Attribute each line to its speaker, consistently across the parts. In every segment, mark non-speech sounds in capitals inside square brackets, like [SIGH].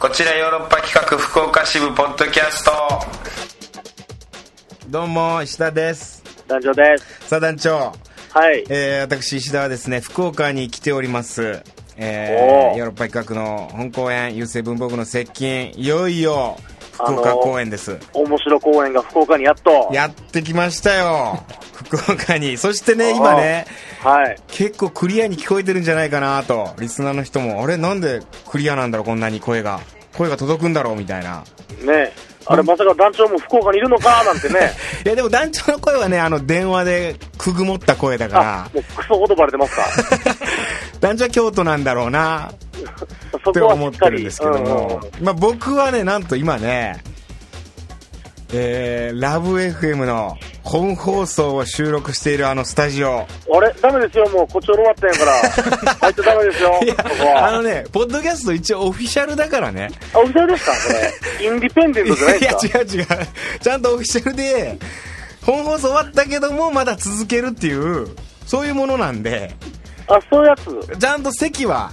Speaker 1: こちらヨーロッパ企画福岡支部ポッドキャスト
Speaker 2: どうも石田です
Speaker 3: 団長です。
Speaker 2: さあ団長、
Speaker 3: はい。
Speaker 2: えー私石田はですね福岡に来ております、え
Speaker 3: お
Speaker 2: ー、
Speaker 3: ー
Speaker 2: ヨーロッパ企画の本公演優勢文房具の接近いよいよ福岡公演です、
Speaker 3: 面白公演が福岡にやっと。
Speaker 2: やってきましたよ福岡にそしてね今ね
Speaker 3: はい。
Speaker 2: 結構クリアに聞こえてるんじゃないかなとリスナーの人もあれなんでクリアなんだろうこんなに声が声が届くんだろうみたいな
Speaker 3: ねえあれ、まさか団長も福岡にいるのかなんて
Speaker 2: [LAUGHS]
Speaker 3: ね。
Speaker 2: いやでも団長の声はねあの電話でくぐもった声だから
Speaker 3: あ、もうクソほどバレてますか。
Speaker 2: [LAUGHS] 団長は京都なんだろうな [LAUGHS]
Speaker 3: そ
Speaker 2: って
Speaker 3: こは
Speaker 2: 思
Speaker 3: し
Speaker 2: っ
Speaker 3: ってか
Speaker 2: るん
Speaker 3: り。
Speaker 2: ですけども、まあ、僕はねなんと今ねえー、ラブ f m の本放送を収録しているあのスタジオ
Speaker 3: うんあれ、ダメですよ、もうこっちおろわったんや
Speaker 2: [LAUGHS]
Speaker 3: から。入っちゃダメですよ、
Speaker 2: いや
Speaker 3: ここ
Speaker 2: あの
Speaker 3: は。
Speaker 2: ねポッドキャスト一応オフィシャルだからね
Speaker 3: あ、お店ですかこ
Speaker 2: [LAUGHS]
Speaker 3: れ。インディペンデン
Speaker 2: い
Speaker 3: トじゃないで
Speaker 2: や
Speaker 3: すか。
Speaker 2: 違う違うちゃんとオフィシャルで本放送終わったけどもまだ続けるっていうそういうものなんで
Speaker 3: あ、そういうやつ。
Speaker 2: ちゃんと席は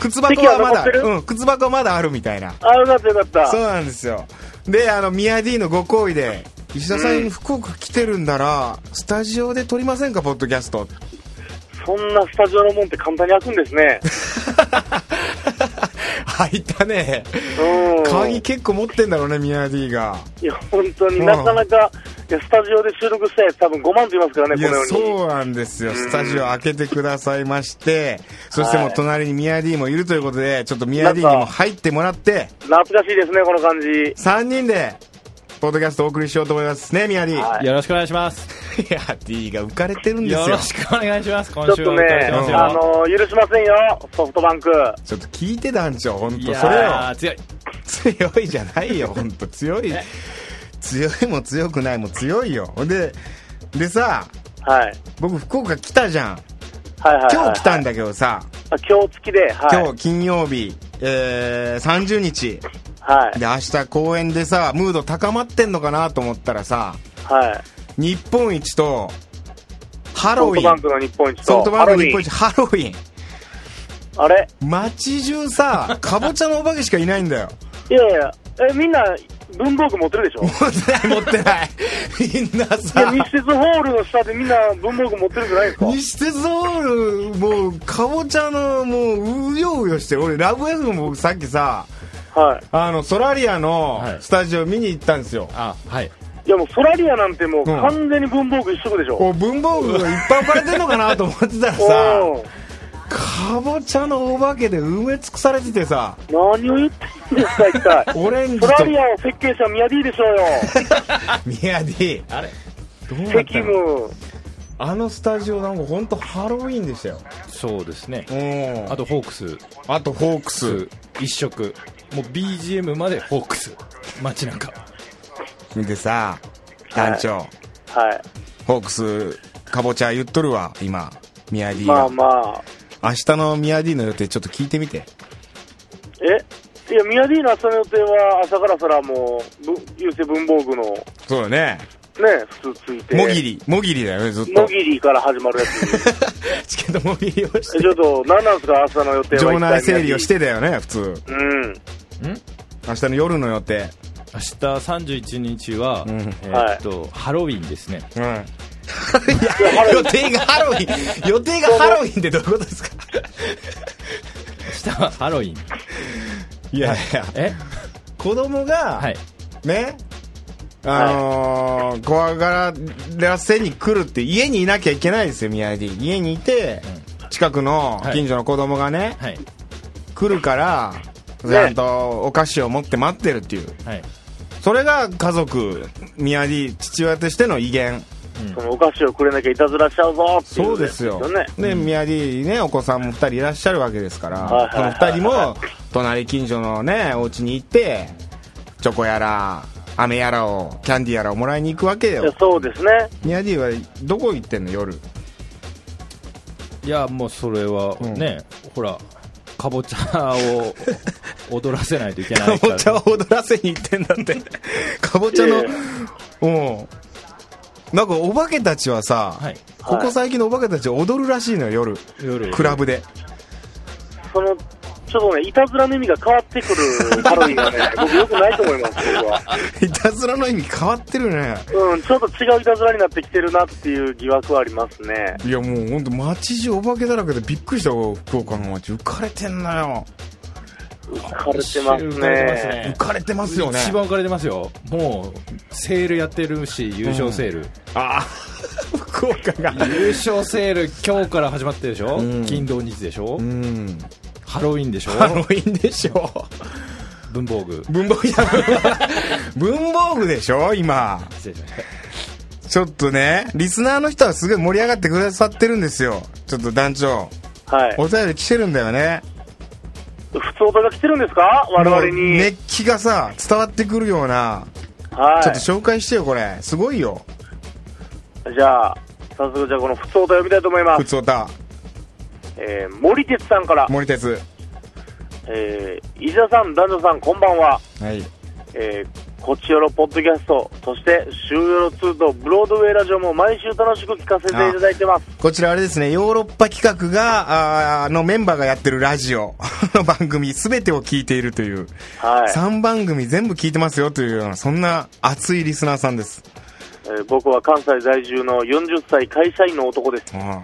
Speaker 2: 靴箱はまだ
Speaker 3: 席は残ってる
Speaker 2: うん、靴箱はまだあるみたいな
Speaker 3: あ、よかったよかった。
Speaker 2: そうなんですよであのミヤ D のご好意で石田さ
Speaker 3: うんん
Speaker 2: 福岡来てるんだらスタジオで撮りませんかポッドキャスト [LAUGHS]
Speaker 3: そんなスタジオのもんって簡単に開くんですね。
Speaker 2: 入ったね
Speaker 3: うん。
Speaker 2: 鍵結構持ってんだろうねミヤ D が
Speaker 3: いや、本当になかなか、いや、スタジオで収録したやつ多分5万と言いますからね、
Speaker 2: い
Speaker 3: こ
Speaker 2: や
Speaker 3: のように。
Speaker 2: そうなんですよ
Speaker 3: うん
Speaker 2: スタジオ開けてくださいましてそしてもう
Speaker 3: はい
Speaker 2: 隣にミヤ D もいるということでちょっとミヤ D に
Speaker 3: なん
Speaker 2: も
Speaker 3: か
Speaker 2: 入ってもらって
Speaker 3: 懐かしいですね、この感じ。
Speaker 2: 3人でポッドキャストお送りしようと思いますねミヤ D いや
Speaker 3: はい
Speaker 4: よろしくお願いします。
Speaker 2: [LAUGHS] D が浮かれてるんです
Speaker 4: よ
Speaker 2: よ
Speaker 4: ろしくお願いします。今
Speaker 3: ちょっ
Speaker 4: 週は
Speaker 3: と
Speaker 4: お
Speaker 3: ね
Speaker 4: 願いします、よ。
Speaker 3: あの許しませんよ、ソフトバンク。
Speaker 2: ちょっと聞いて団長本
Speaker 4: い
Speaker 2: 当
Speaker 4: や
Speaker 2: それを
Speaker 4: ー強い。
Speaker 2: 強いじゃないよ本当強い強いも強くないも強いよほんででさ
Speaker 3: はい。
Speaker 2: 僕福岡来たじゃん
Speaker 3: はいはい、はい。
Speaker 2: 今日来たんだけどさ
Speaker 3: あ今日付きで、はい。
Speaker 2: 今日金曜日、えー、30日
Speaker 3: はい。
Speaker 2: で明日公演でさムード高まってんのかなと思ったらさ
Speaker 3: はい。
Speaker 2: 日本一とハロ
Speaker 3: ソ
Speaker 2: ウ
Speaker 3: フ
Speaker 2: ィ
Speaker 3: トバン
Speaker 2: ン
Speaker 3: クの日本一と。
Speaker 2: ソフトバンクの日
Speaker 3: ハ
Speaker 2: 本一ハロ
Speaker 3: ロウィ
Speaker 2: ウィン
Speaker 3: ンあれ
Speaker 2: 街中さかぼちゃのお化けしかいないんだよ
Speaker 3: いやいや、え、みんな、文房具持ってるでし
Speaker 2: [LAUGHS]
Speaker 3: ょ
Speaker 2: 持ってない持ってないみんない
Speaker 3: や、
Speaker 2: さ
Speaker 3: 密接ホールの下でみんな文房具持ってるんじゃないですか
Speaker 2: 西鉄ホールもうかぼちゃのもううようよしてる俺ラブ F もさっきさ
Speaker 3: はい。
Speaker 2: あのソラリアの
Speaker 4: はい
Speaker 2: スタジオ見に行ったんですよ、
Speaker 4: あ、はい。
Speaker 3: いやもうソラリアなんてもう
Speaker 2: うん
Speaker 3: 完全に文房具一色でしょ、
Speaker 2: こう文房具がいっぱい置かれてんのかなと思ってたらさ
Speaker 3: お
Speaker 2: かぼちゃのお化けで埋め尽くされててさ
Speaker 3: お何を言ってんですか一体
Speaker 2: [LAUGHS] オレンジ
Speaker 3: ソ
Speaker 2: と
Speaker 3: ラリアを設計したミヤディでしょうよ
Speaker 2: ミヤディ
Speaker 4: あれ
Speaker 2: どうなっ
Speaker 3: 責
Speaker 2: たの
Speaker 3: 務
Speaker 2: あのスタジオなんか本当ハロウィンでしたよ
Speaker 4: そうですね。
Speaker 2: うん
Speaker 4: あと、ホークス、
Speaker 2: あとホークス
Speaker 4: 一色。もう BGM までホークス。街中。
Speaker 2: でさ団長、
Speaker 3: はい
Speaker 2: ホークスかぼちゃ言っとるわ今ミヤディが、
Speaker 3: まあまあ
Speaker 2: 明日のミヤディの予定ちょっと聞いてみて
Speaker 3: えいや、ミヤディの朝の予定は朝からそらもう、ぶ郵政文房具の、ね、
Speaker 2: そうだね
Speaker 3: 普通ついて。
Speaker 2: もぎ。りもぎりだよねずっ
Speaker 3: も
Speaker 2: と
Speaker 3: ぎりから始まるやつ。
Speaker 2: [LAUGHS] チケットもぎりをし
Speaker 3: えちょっと、何なんすか、朝の予定は。
Speaker 2: 場内整理をし。てだよね普通
Speaker 3: うん。
Speaker 2: 明日の夜の予定
Speaker 4: 明日31日は、
Speaker 2: ん
Speaker 4: えーっと、ハロウィンですね。
Speaker 2: うん [LAUGHS] いや予定がハロウィン予定がハロウィンってどういうことですか
Speaker 4: 明日はハロウィン。
Speaker 2: いやいや
Speaker 4: え
Speaker 2: 子供が、
Speaker 4: はい。
Speaker 2: ねあのー怖がらせに来るって家にいなきゃいけないですよ宮城家にいて、近くの近所の子供がね、
Speaker 4: はい。
Speaker 2: 来るからちゃんとお菓子を持って待ってるっていう
Speaker 4: はい。
Speaker 2: それが家族宮城父親としての威厳
Speaker 3: そのお菓子をくれなきゃいたずらしちゃうぞっていう、
Speaker 2: そうですよ
Speaker 3: ね。
Speaker 2: で宮城にねお子さんも2人いらっしゃるわけですから
Speaker 3: はい
Speaker 2: その
Speaker 3: はいはい
Speaker 2: 2人も隣近所のねお家に行ってチョコやら飴やらをキャンディーやらをもらいに行くわけ
Speaker 3: いや
Speaker 2: よ
Speaker 3: そうですね。
Speaker 2: 宮城はどこ行ってんの夜
Speaker 4: いや、もうそれは
Speaker 2: ん
Speaker 4: ね、ほら、かぼちゃを踊らせないといけな
Speaker 2: か
Speaker 4: いか
Speaker 2: ぼ
Speaker 4: ら。
Speaker 2: ちゃを踊らせに行ってんだって [LAUGHS] かぼちゃの
Speaker 3: いやいや
Speaker 2: うんなんかお化けたちはさ、
Speaker 4: はい。
Speaker 2: ここ最近のお化けたち踊るらしいのよ夜
Speaker 4: 夜。
Speaker 2: クラブで
Speaker 3: その、ちょっとね、いたずらの意味が変わってくるハロウィンがね、 [LAUGHS] 僕よくないと思います、僕は。
Speaker 2: いたずらの意味変わってるね
Speaker 3: うん、ちょっと違ういたずらになってきてるなっていう疑惑はありますね。
Speaker 2: いやもうほんと街中お化けだらけでびっくりした福岡の街浮かれてんなよ
Speaker 3: 枯れてますね。
Speaker 2: 浮かれてますよね
Speaker 4: 一番浮かれてますよもうセールやってるし優勝セール、
Speaker 2: ああ [LAUGHS] 福岡が
Speaker 4: 優勝セール今日から始まってるでしょ、
Speaker 2: うん
Speaker 4: 金土日でしょ、
Speaker 2: うん
Speaker 4: ハロウィンでしょ
Speaker 2: ハロウィンでしょ
Speaker 4: 文房具
Speaker 2: 文房具屋 [LAUGHS] 文房具でしょ今
Speaker 4: 失礼しました
Speaker 2: ちょっとねリスナーの人はすごい盛り上がってくださってるんですよちょっと団長
Speaker 3: はい。
Speaker 2: お便り来てるんだよね
Speaker 3: 普通音が来てるんですか我々
Speaker 2: もう
Speaker 3: に。
Speaker 2: 熱気がさ伝わってくるような
Speaker 3: は
Speaker 2: ちょっと
Speaker 3: い。
Speaker 2: 紹介してよこれすごいよ
Speaker 3: じゃあ、早速じゃあこの普通音読みたいと思いま
Speaker 2: ふ
Speaker 3: す。
Speaker 2: つおた
Speaker 3: えー、森哲さんから、
Speaker 2: 森鉄
Speaker 3: えー、石田さん、男女さん、こんばんは。
Speaker 2: はい
Speaker 3: えー、こっちよろポッドキャスト、そして、週よろ2とブロードウェイラジオも毎週楽しく聞かせていただいてます。
Speaker 2: こちらあれですね、ヨーロッパ企画が、あーのメンバーがやってるラジオ [LAUGHS] の番組、すべてを聞いているという、
Speaker 3: はい。
Speaker 2: 3番組全部聞いてますよというような、そんな熱いリスナーさんです。
Speaker 3: えー僕は関西在住の40歳会社員の男です。
Speaker 2: わ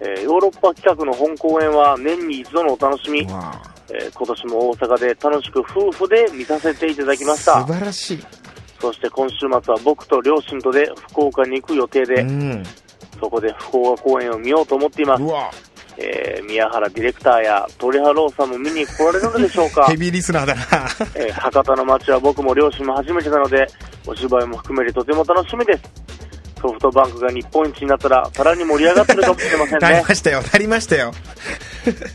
Speaker 3: えーヨーロッパ企画の本公演は年に一度のお楽しみ、え
Speaker 2: あわあ
Speaker 3: ー今年も大阪で楽しく夫婦で見させていただきまし
Speaker 2: 素
Speaker 3: た
Speaker 2: 晴らしい。
Speaker 3: そして今週末は僕と両親とで福岡に行く予定で、
Speaker 2: うん。
Speaker 3: そこで福岡公演を見ようと思っています
Speaker 2: う、わ
Speaker 3: えー宮原ディレクターや鳥羽郎さんも見に来られるのでしょうか
Speaker 2: ヘ、ビーリスナーだな。
Speaker 3: えー博多の街は僕も両親も初めてなのでお芝居も含めてとても楽しみですソフトバンクが日本一になったらさらに盛り上がってるかもしれませ
Speaker 2: [LAUGHS]
Speaker 3: ん
Speaker 2: な
Speaker 3: ね
Speaker 2: りましたよ、なりましたよ。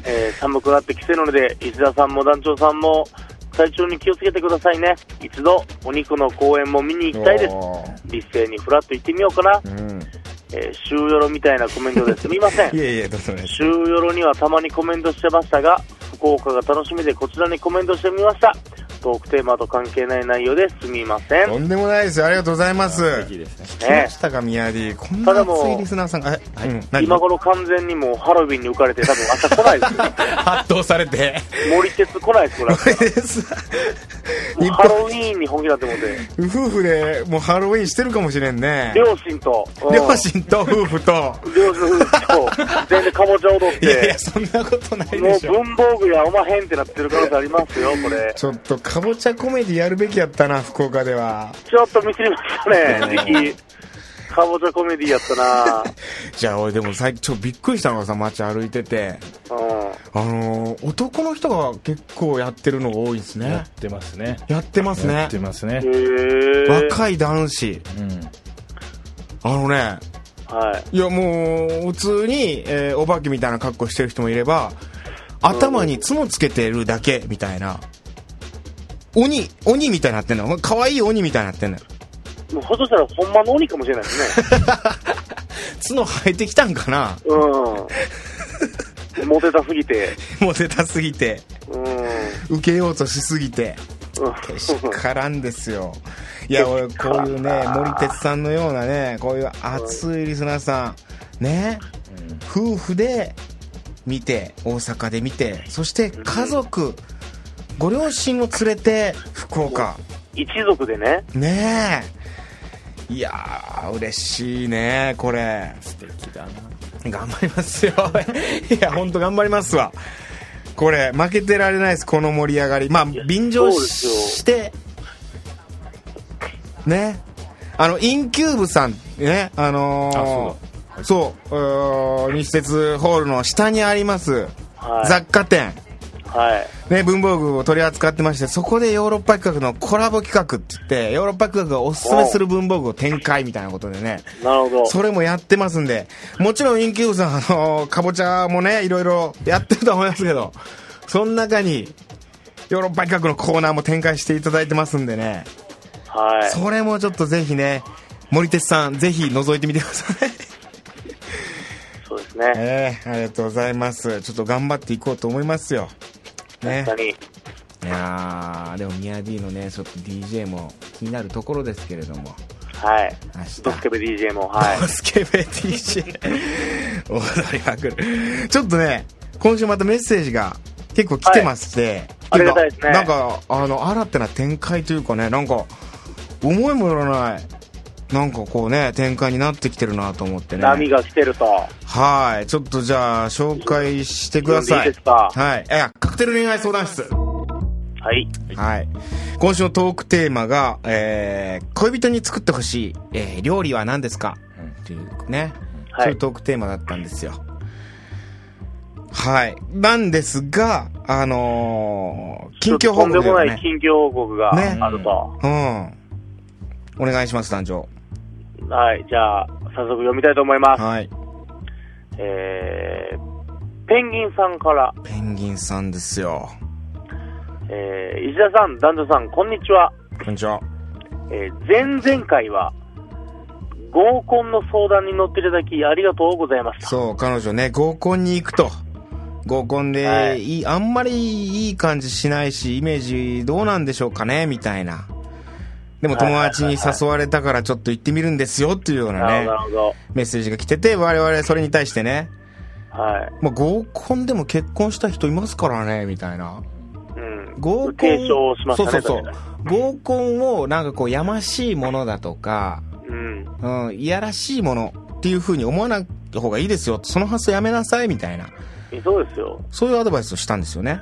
Speaker 3: えー寒くなってきてるので、石田さんも団長さんも体調に気をつけてくださいね。一度、お肉の公演も見に行きたいです。
Speaker 2: おー
Speaker 3: 立成にフラッと行ってみようかな。
Speaker 2: うん。
Speaker 3: えー、週よろみたいなコメン
Speaker 2: [LAUGHS]
Speaker 3: トですみませ
Speaker 2: い
Speaker 3: ん。
Speaker 2: えいえ、どうぞね。
Speaker 3: 週よろにはたまにコメントしてましたが、福岡が楽しみでこちらにコメントしてみました。トークテーマと関係ない内容ですみません。
Speaker 2: とんでもないですよ、ありがとうございます。
Speaker 4: 素敵ですね
Speaker 2: 来ましたか、宮城。こんな熱いリスナーさんが、え、うん、何
Speaker 3: 今頃完全にもうハロウィンに浮かれて
Speaker 2: [LAUGHS]
Speaker 3: 多分朝来ないですよ。
Speaker 2: 圧倒されて。
Speaker 3: 森鉄来ないです、これ。
Speaker 2: これです。
Speaker 3: もうハロウィンに本気だって思って。
Speaker 2: [LAUGHS] 夫婦でもうハロウィンしてるかもしれんね
Speaker 3: 両親と。うん
Speaker 2: 両親と夫婦と
Speaker 3: 両夫
Speaker 2: [LAUGHS]
Speaker 3: 婦と全然かぼちゃ踊っ
Speaker 2: いやい
Speaker 3: て
Speaker 2: や、そんなことない
Speaker 3: も
Speaker 2: で
Speaker 3: う
Speaker 2: しょ
Speaker 3: 文房具やおまへんってなってる可能性ありますよ、これ。
Speaker 2: ちょっとかぼちゃコメディやるべきやったな福岡では
Speaker 3: ちょっと見せましたね、時期。かぼちゃコメディやったな
Speaker 2: じゃあ俺でも最近ちょっとびっくりしたのがさ街歩いてて
Speaker 3: う
Speaker 2: あ
Speaker 3: ん。
Speaker 2: のー男の人が結構やってるのが多いです
Speaker 4: や
Speaker 2: ね
Speaker 4: ってますね
Speaker 2: やってます
Speaker 4: や
Speaker 2: ね
Speaker 4: ってますね
Speaker 3: へ、ー。
Speaker 2: 若い男子あのね
Speaker 3: はい。
Speaker 2: いやもう普通に、えーお化けみたいな格好してる人もいれば頭に角つけてるだけみたいな鬼鬼みたいになってんの可愛い鬼みたいになってんの
Speaker 3: もうほとしたらほんまの鬼かもしれないですね。
Speaker 2: 角生えてきたんかな
Speaker 3: うん。モテたすぎて。
Speaker 2: モテたすぎて
Speaker 3: うん。うん。
Speaker 2: 受けようとしすぎてけしからんですよいや俺こういうね森哲さんのようなねこういう熱いリスナーさんね夫婦で見て大阪で見てそして家族ご両親を連れて福岡
Speaker 3: 一族でね。
Speaker 2: ねえいやー嬉しいねこれ
Speaker 4: 素敵だな
Speaker 2: 頑張りますよ [LAUGHS] いや本当頑張りますわこれ負けてられないですこの盛り上がりまあ便乗
Speaker 3: そうですよ
Speaker 2: してねあのインキューブさんねあのー
Speaker 4: あ
Speaker 2: そううーん西鉄ホールの下にあります
Speaker 3: は
Speaker 2: 雑貨店、
Speaker 3: い。はい。
Speaker 2: ね、文房具を取り扱ってましてそこでヨーロッパ企画のコラボ企画って言ってヨーロッパ企画がおすすめする文房具を展開みたいなことでね
Speaker 3: なるほど。
Speaker 2: それもやってますんで、もちろんインキューブさん、あのーかぼちゃもね、いろいろやってると思いますけど、その中に、ヨーロッパ企画のコーナーも展開していただいてますんでね、
Speaker 3: はい。
Speaker 2: それもちょっとぜひね、森哲さん、ぜひ覗いてみてください。
Speaker 3: そうですね。
Speaker 2: [LAUGHS] ええありがとうございます。ちょっと頑張っていこうと思いますよ。ね
Speaker 3: 確か。に。
Speaker 2: いやーでもミヤ D のね、ちょっと DJ も気になるところですけれども、
Speaker 3: はい。
Speaker 2: 明日
Speaker 3: ドスケベ DJ も、はい。
Speaker 2: スケベ [LAUGHS] DJ 踊りまくるちょっとね今週またメッセージが結構来てまして、
Speaker 3: はい
Speaker 2: てうか
Speaker 3: ありがたいですね
Speaker 2: なんかあの新たな展開というかねなんか思いもよらないなんかこうね展開になってきてるなと思ってね
Speaker 3: 波が来てると。
Speaker 2: はいちょっとじゃあ紹介してくださ
Speaker 3: いい
Speaker 2: い
Speaker 3: ですか
Speaker 2: はいいやカクテル恋愛相談室
Speaker 3: はい。
Speaker 2: はい。今週のトークテーマが、えー、恋人に作ってほしい、えー、料理は何ですかっていうね、
Speaker 3: はい
Speaker 2: そういうトークテーマだったんですよ。はい。なんですが、あのー、近況報告
Speaker 3: ちょっととんでも
Speaker 2: だよ
Speaker 3: ない
Speaker 2: ね。
Speaker 3: 近況報告が
Speaker 2: ね
Speaker 3: あると。
Speaker 2: うん。お願いします、誕生。
Speaker 3: はい。じゃあ、早速読みたいと思います。
Speaker 2: はい。
Speaker 3: えー、ペンギンさんから、
Speaker 2: ペンギンさんですよ。
Speaker 3: えー、石田さん、男女さん、こんにちは。
Speaker 2: こんにちは。
Speaker 3: えー前々回は、合コンの相談に乗っていただき、ありがとうございました。
Speaker 2: そう、彼女ね、合コンに行くと。合コンで、
Speaker 3: はい
Speaker 2: いい、あんまりいい感じしないし、イメージどうなんでしょうかね、みたいな。でも
Speaker 3: はいはい
Speaker 2: 友
Speaker 3: はいはい
Speaker 2: 達に誘われたからちょっと行ってみるんですよっていうような
Speaker 3: なるほ
Speaker 2: ね
Speaker 3: ど、、なるほど。
Speaker 2: メッセージが来てて、我々それに対してね、
Speaker 3: はい。
Speaker 2: まあ、合コンでも結婚した人いますからね、みたいな。
Speaker 3: うん。
Speaker 2: 合コン。
Speaker 3: 提唱しましたね。
Speaker 2: そうそうそう。合コンをなんかこう、やましいものだとか、
Speaker 3: それうん。
Speaker 2: うん、いやらしいものっていう風に思わない方がいいですよ。その発想やめなさい、みたいな。
Speaker 3: そうですよ。
Speaker 2: そういうアドバイスをしたんですよね。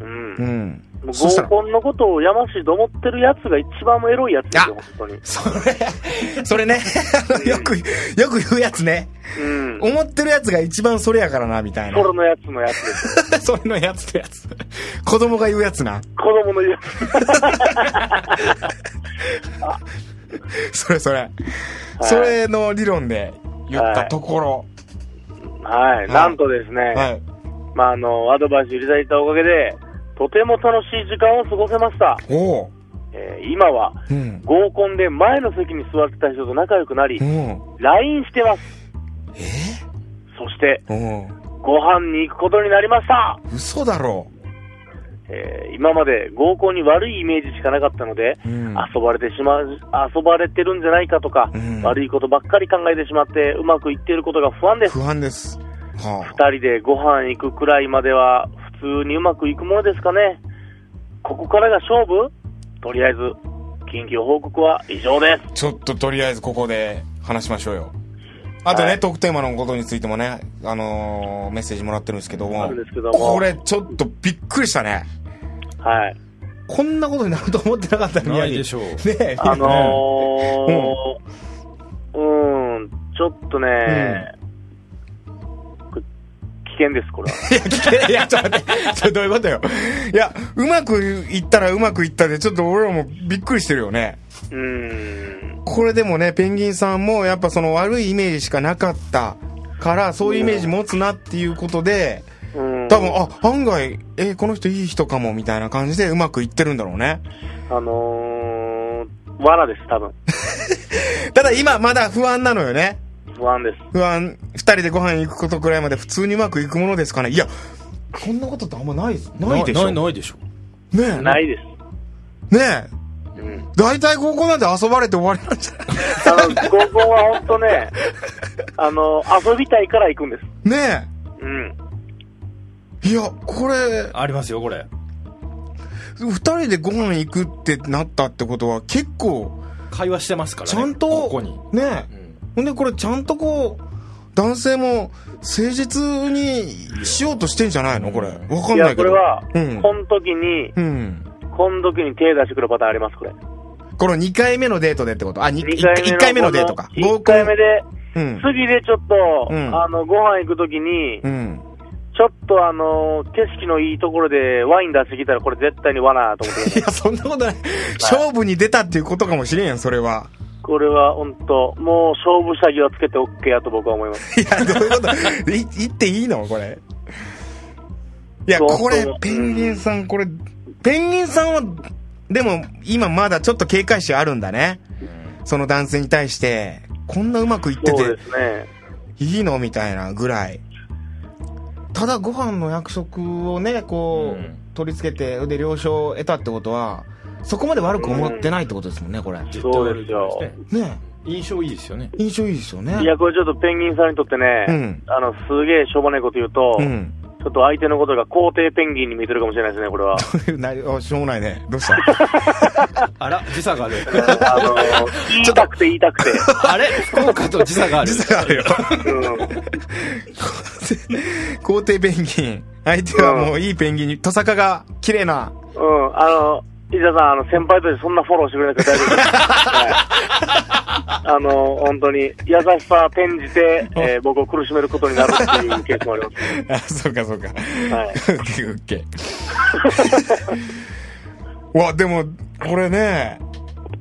Speaker 3: うん。
Speaker 2: う
Speaker 3: も
Speaker 2: ん。
Speaker 3: う
Speaker 2: そした
Speaker 3: 合
Speaker 2: ら
Speaker 3: コンのことをやましいと思ってるやつが一番エロいやつですよ、本当に。
Speaker 2: それ、それね、 [LAUGHS] あのよく、よく言うやつね。
Speaker 3: うん。
Speaker 2: 思ってるやつが一番それやからな、みたいな
Speaker 3: ソ。ロのやつのやつですよ。
Speaker 2: [LAUGHS] それのやつってやつ。子供が言うやつな。
Speaker 3: 子供のやつ。
Speaker 2: それそれ。
Speaker 3: い
Speaker 2: それの理論で言ったところ。 [LAUGHS]
Speaker 3: はい。なんとですね、
Speaker 2: はい。
Speaker 3: まあ、あの、アドバイスいただいたおかげで、とても楽しい時間を過ごせました。
Speaker 2: おう。
Speaker 3: えー今は、
Speaker 2: うん。
Speaker 3: 合コンで前の席に座ってた人と仲良くなり
Speaker 2: う、ん。
Speaker 3: LINE してます。
Speaker 2: え
Speaker 3: そして、
Speaker 2: お
Speaker 3: ご飯に行くことになりました。
Speaker 2: う。嘘だろ。
Speaker 3: えー今まで合コンに悪いイメージしかなかったので、
Speaker 2: うん
Speaker 3: 遊ばれてしまう、遊ばれてるんじゃないかとか、
Speaker 2: うん
Speaker 3: 悪いことばっかり考えてしまって、うまくいっていることが不安です。
Speaker 2: 不安です。はあ。
Speaker 3: 二人でご飯行くくらいまでは、普通にうまくいくものですかね。ここからが勝負とりあえず、近況報告は以上です。
Speaker 2: ちょっととりあえずここで話しましょうよ。あとね、
Speaker 3: はい
Speaker 2: トークテーマのことについてもね、あのーメッセージもらってるんですけども。
Speaker 3: あるんですけども
Speaker 2: これちょっとびっくりしたね。
Speaker 3: はい。
Speaker 2: こんなことになると思ってなかったのに。
Speaker 4: ないでしょう
Speaker 2: ねえ
Speaker 3: あの
Speaker 2: [LAUGHS]
Speaker 3: ー、うん、ちょっとね、こ危険です、これは。
Speaker 2: いや、聞 [LAUGHS] けいや、ちょっと待って。それどういうことよ。いや、うまくいったらうまくいったで、ちょっと俺らもびっくりしてるよね。
Speaker 3: うん。
Speaker 2: これでもね、ペンギンさんもやっぱその悪いイメージしかなかったから、そういうイメージ持つなっていうことで、
Speaker 3: うん、
Speaker 2: 多分、あ、案外、えーこの人いい人かも、みたいな感じでうまくいってるんだろうね。
Speaker 3: あのー、罠です、多分。
Speaker 2: ただ今まだ不安なのよね。
Speaker 3: 不安です。
Speaker 2: 不安、二人でご飯行くことくらいまで普通にうまくいくものですかね。いや、こんなことってあんまないです、ないでしょ。
Speaker 4: ないないでしょ
Speaker 2: ねえ。。
Speaker 3: ないいです。
Speaker 2: ねえ。
Speaker 3: うん。
Speaker 2: 大体高校なんて遊ばれて終わりなんじゃない
Speaker 3: あの、
Speaker 2: [LAUGHS]
Speaker 3: 合コンは本当ね、あの、遊びたいから行くんです。
Speaker 2: ね
Speaker 3: うん。
Speaker 2: え。いや、これ、
Speaker 4: ありますよこれ
Speaker 2: 二人でご飯行くってなったってことは結構、
Speaker 4: 会話してますからね
Speaker 2: ちゃんと、
Speaker 4: ここに、
Speaker 2: ね
Speaker 4: う
Speaker 2: え。
Speaker 4: ん
Speaker 2: ほんでこれちゃんとこう、男性も誠実にしようとしてんじゃないのこれ。わか
Speaker 3: い
Speaker 2: んない
Speaker 3: や、
Speaker 2: けど。
Speaker 3: これは、
Speaker 2: うん
Speaker 3: この時に、
Speaker 2: うん。
Speaker 3: この時に手出してくるパターンあります、これ。
Speaker 2: この2回目のデートでってことあ、に
Speaker 3: 二
Speaker 2: 一1回目のデートか。合
Speaker 3: 1
Speaker 2: コ
Speaker 3: 回
Speaker 2: ン
Speaker 3: 目。で、
Speaker 2: うん。
Speaker 3: 次でちょっと、
Speaker 2: うん
Speaker 3: あの、ご飯行く時に、
Speaker 2: うん。
Speaker 3: ちょっとあのー景色のいいところでワイン出してきたらこれ絶対に罠だと思ってくださ
Speaker 2: いや、そんなことない。勝負に出たっていうことかもしれんやん、それは。 [LAUGHS]
Speaker 3: い。これは本当もう勝負下着はつけて OK やと僕は思います。
Speaker 2: [LAUGHS] いや、どういうことい、言っていいのこれ。いや、
Speaker 3: そう
Speaker 2: これ
Speaker 3: そう、
Speaker 2: ペンギンさん、これ、ペンギンさんは、でも、今まだちょっと警戒心あるんだね。その男性に対して、こんなうまくいって
Speaker 3: そ
Speaker 2: て
Speaker 3: うで、すね。
Speaker 2: いいのみたいなぐらい。ただ、ご飯の約束をね、こう、
Speaker 4: うん
Speaker 2: 取り付けて、で、了承を得たってことは、そこまで悪く思ってないってことですもんね、これ。ね
Speaker 4: 絶対
Speaker 3: そう
Speaker 4: 悪
Speaker 3: で
Speaker 4: い
Speaker 3: すよ
Speaker 4: ね
Speaker 2: え
Speaker 4: 印象いいですよね
Speaker 2: 印象いいですよね。
Speaker 3: いや、これちょっとペンギンさんにとってね、
Speaker 2: うん
Speaker 3: あの、すげえしょうもないこと言うと、
Speaker 2: うん。 [LAUGHS]
Speaker 3: ちょっと相手のことが皇帝ペンギンに見えてるかもしれないですね、これは。
Speaker 2: な [LAUGHS] りあしょうもないね。どうした
Speaker 4: あら、時差がある。
Speaker 3: あの言いたくて言いたくて。
Speaker 4: あれ福岡と時差がある。
Speaker 2: 実はあるよ。 [LAUGHS]
Speaker 3: うん
Speaker 2: 皇帝ペンギン。相手はもういいペンギンに、トサカが綺麗な。
Speaker 3: うん、あの、伊沢さん、あの、先輩としてそんなフォローしてくれなくて大丈夫です。はい、あの、本当に、優しさ転
Speaker 2: [LAUGHS]
Speaker 3: じて、えー僕を苦しめることになるっていうケースもありま
Speaker 2: あ、そうかそうか。[LAUGHS] オ
Speaker 3: はい
Speaker 2: ッケーオッケー。わ、でも、これね、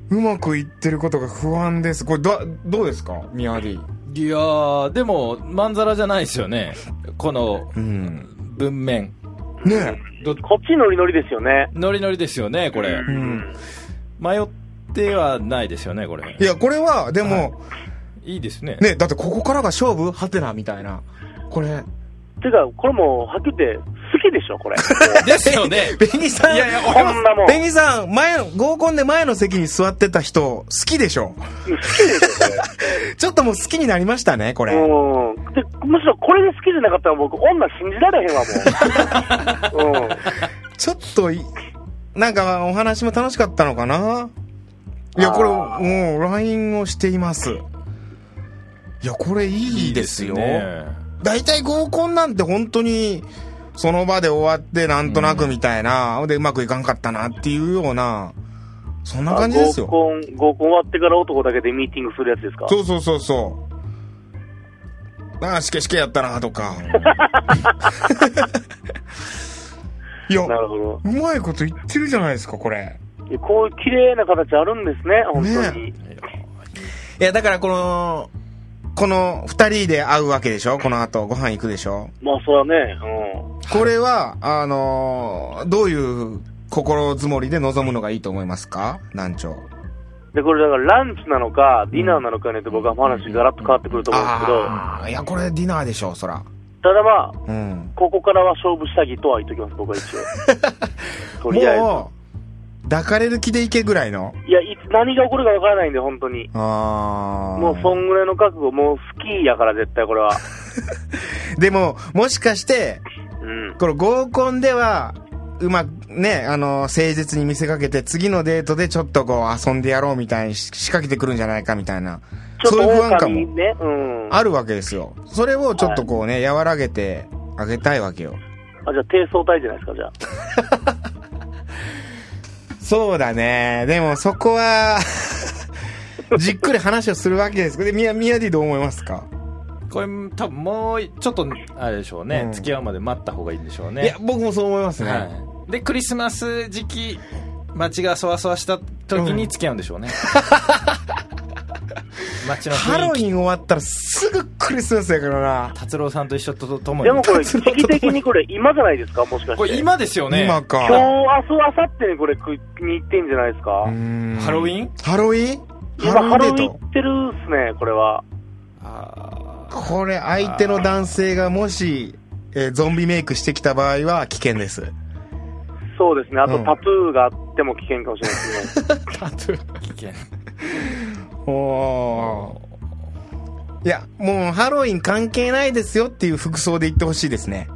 Speaker 2: うまくいってることが不安です。これ、ど、どうですかミヤディ。
Speaker 4: いやー、でも、まんざらじゃないですよね。この
Speaker 2: うん。
Speaker 4: 文面。
Speaker 2: ね
Speaker 4: ど
Speaker 3: す。こっちノリノリですよね。
Speaker 4: ノリノリですよね、これ
Speaker 2: え。う。ん。
Speaker 4: 迷ってはないですよね、これ
Speaker 2: い。や、これは、でも、
Speaker 4: いいですね。
Speaker 2: ね、だってここからが勝負ハテナみたいな。これ。
Speaker 3: てか、これもう、はっきり言って、好きでし
Speaker 2: [LAUGHS]
Speaker 3: ょ、これ。
Speaker 4: ですよね。
Speaker 2: ペンギンさん、
Speaker 4: いやいや
Speaker 3: こんなもん。好
Speaker 2: ペンギンさん、前の、合コンで前の席に座ってた人、好きでしょ
Speaker 3: きでし
Speaker 2: [LAUGHS]
Speaker 3: ょ、
Speaker 2: ちょっともう好きになりましたね、こ
Speaker 3: こ
Speaker 2: れ。
Speaker 3: れ。うん。で、むしろこれで好きじゃなかったら僕、女信じられへんわ、
Speaker 2: [LAUGHS]
Speaker 3: もう。うん。
Speaker 2: ちょっとい、なんかお話も楽しかったのかないや、これ、
Speaker 3: あ
Speaker 2: もう LINE をしています。いや、これ [LAUGHS] いいですよ。
Speaker 4: ね
Speaker 2: 大体合コンなんて本当に、その場で終わってなんとなくみたいな、で、うまくいかんかったなっていうような、そんな感じです
Speaker 3: 合
Speaker 2: よ。
Speaker 3: コン、合コン終わってから男だけでミーティングするやつですか
Speaker 2: そうそうそうそう。ああ、しけしけやったな、とか。いや、
Speaker 3: なるほど。
Speaker 2: うまいこと言ってるじゃないですか、これ。
Speaker 3: いやこういう綺麗な形あるんですね、本当に。
Speaker 2: いや、だからこの、この二人で会うわけでしょこの後ご飯行くでしょ
Speaker 3: まあ、それはね、うん。
Speaker 2: これは、あのーどういう心づもりで臨むのがいいと思いますか南朝。
Speaker 3: で、これだからランチなのか、ディナーなのかによって僕は話ガラッと変わってくると思うんですけど、
Speaker 2: ああ、いや、これディナーでしょ、そら。
Speaker 3: ただまあ、
Speaker 2: うん。
Speaker 3: ここからは勝負下着とは言っときます、僕は一
Speaker 2: [LAUGHS]
Speaker 3: 応。とりあえ
Speaker 2: もう、抱かれる気でいけぐらいの。
Speaker 3: ず。いや、いつ何が起こるかわからないんで、本当に。
Speaker 2: ああ。
Speaker 3: もうそんぐらいの覚悟、もう好きやから絶対これは。
Speaker 2: でも、もしかして、
Speaker 3: うん。
Speaker 2: この合コンでは、うまく、ね、あの、誠実に見せかけて、次のデートでちょっとこう、遊んでやろうみたいにし仕掛けてくるんじゃないかみたいな。
Speaker 3: ちょっ
Speaker 2: そういう不
Speaker 3: と
Speaker 2: 安感
Speaker 3: 狼
Speaker 2: も
Speaker 3: ね、うん。あ、
Speaker 2: あるわけですよ。それをちょっとこうね、和らげてあげたいわけよ。
Speaker 3: じゃあ低層体じゃないですか、じゃあ。
Speaker 2: そうだね。でもそこ
Speaker 3: [LAUGHS]
Speaker 2: は、じっくり話をするわけですけど、でみや、みやでどう思いますか、
Speaker 4: これ、多分もう、ちょっと、あれでしょう
Speaker 2: う
Speaker 4: ね
Speaker 2: ん。
Speaker 4: 付き合うまで待った方がいいんでしょうね。
Speaker 2: いや、僕もそう思いますね。
Speaker 4: はい、でクリスマス時期街がそわそわした時に付き合うんで
Speaker 2: [LAUGHS]
Speaker 4: しょうね、街の
Speaker 2: ハロウ
Speaker 4: 雰囲気
Speaker 2: ィン終わったらすぐクリスマスやからな。
Speaker 4: 達郎さんと一緒とともに
Speaker 3: でもこれ、時期的にこれ今じゃないですか、もしかして。
Speaker 4: これ今ですよね
Speaker 2: 今か。
Speaker 3: 今日、明日、明後日にこれ食いに行ってんじゃないですか。
Speaker 2: ハ
Speaker 4: ハロウィン
Speaker 2: ハロウィン
Speaker 3: 今、
Speaker 2: ハロウィンデー
Speaker 3: ハロウィン行
Speaker 2: ト
Speaker 3: ってるっすね、これは。
Speaker 4: あー
Speaker 2: これ相手の男性がもし、えーゾンビメイクしてきた場合は危険です。
Speaker 3: そうですね。あと、
Speaker 2: うん
Speaker 3: タトゥーがあっても危険かもしれないですね。
Speaker 2: [LAUGHS]
Speaker 4: 危険
Speaker 2: おーいや、もうハロウィン関係ないですよっていう服装で言ってほしいですね。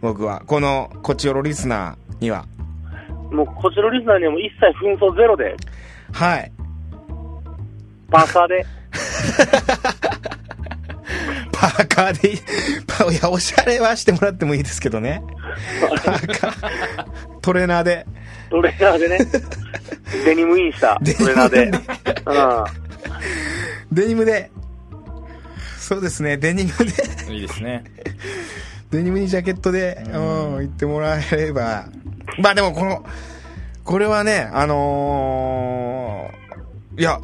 Speaker 2: 僕は。この、こちよろリスナーには。
Speaker 3: もう、こちらのリスナーにはもう一切紛争ゼロで、
Speaker 2: はい。
Speaker 3: パーカ
Speaker 2: [LAUGHS]
Speaker 3: ーで。
Speaker 2: パーカーでいい、パいや、おしゃれはしてもらってもいいですけどね。パーカー、トレーナーで。
Speaker 3: トレーナーでね。デニムインしたトレーナーで。
Speaker 2: [LAUGHS] デニムで。そうですね、デニムで。
Speaker 4: いいですね
Speaker 2: デニムにジャケットで、うん、行ってもらえれば。まあでもこの、これはね、あのー、いや、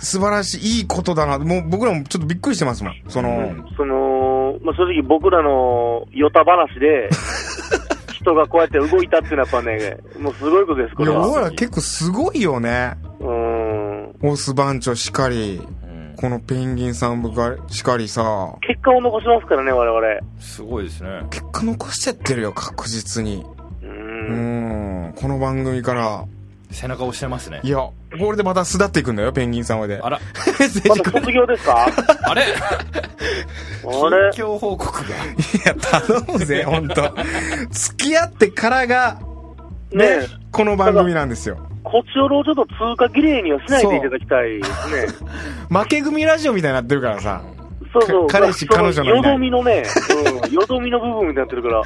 Speaker 2: 素晴らしい、いいことだな。もう僕らもちょっとびっくりしてますもん。その、
Speaker 3: うん。その、まあ、正直僕らのヨタ
Speaker 2: [LAUGHS]
Speaker 3: 話で、人がこうやって動いたっていうのはやっぱね、もうすごいことです、こ
Speaker 2: い
Speaker 3: れ
Speaker 2: や、
Speaker 3: は。
Speaker 2: 僕ら結構すごいよね。
Speaker 3: うん。
Speaker 2: オス番長しかり、
Speaker 4: うん
Speaker 2: このペンギンさんがしかりさ、
Speaker 3: 結果を残しますからね、我
Speaker 4: すごいですね
Speaker 2: 結果残しちゃってるよ、確実に。
Speaker 3: 々。う。
Speaker 2: うんん、この番組から。
Speaker 4: 背中押してますね
Speaker 2: い。や、これでまた巣立っていくんだよ、ペンギン様で。
Speaker 4: あら、
Speaker 2: 政 [LAUGHS]
Speaker 3: ま
Speaker 2: 治
Speaker 3: だ
Speaker 2: 家
Speaker 3: 卒業で
Speaker 2: [LAUGHS]
Speaker 3: すか
Speaker 4: あれ
Speaker 3: あれ
Speaker 4: 近況報告が。
Speaker 2: いや、頼むぜ、ほんと。付き合ってからが、
Speaker 3: ねえ、
Speaker 2: この番組なんですよ。
Speaker 3: こっちをろをちょっと通過儀礼にはしないでいただきたいですね。
Speaker 2: 負け組ラジオみたいになってるからさ。
Speaker 3: そうそう。
Speaker 2: か彼氏
Speaker 3: そ
Speaker 2: 彼女のいない
Speaker 3: よどみのね、うん、よどみの部分になってるから、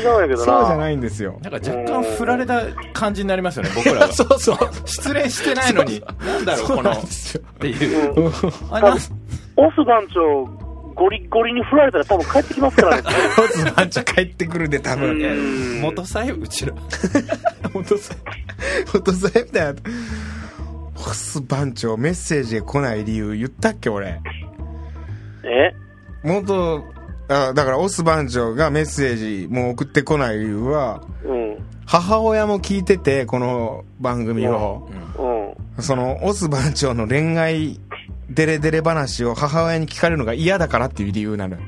Speaker 3: 違うんやけどな。
Speaker 2: そうじゃ
Speaker 3: い。
Speaker 2: ないんですよ。
Speaker 4: なんか若干振られた感じになりますよね、僕ら
Speaker 2: [LAUGHS]
Speaker 4: は。
Speaker 2: そうそう。
Speaker 4: 失恋してないのに、なんだろう、
Speaker 2: そう
Speaker 4: この、
Speaker 2: な
Speaker 4: っ
Speaker 2: んですよ。
Speaker 4: ていう。
Speaker 3: 多
Speaker 4: あ、な
Speaker 3: 分、オス団長、ゴリッゴリに振られたら多分帰ってきますからね。
Speaker 2: [LAUGHS] ボスマンチ帰ってくるで、多分。
Speaker 3: うん
Speaker 4: 元さえうちら。
Speaker 2: 元さえ、元さえみたいな。ホス番長メッセージが来ない理由言ったっけ俺。
Speaker 3: え
Speaker 2: 元、あだからオス番長がメッセージもう送ってこない理由は、
Speaker 3: うん。
Speaker 2: 母親も聞いてて、この番組を。
Speaker 3: うん。
Speaker 2: その、オス番長の恋愛デレデレ話を母親に聞かれるのが嫌だからっていう理由なのよ。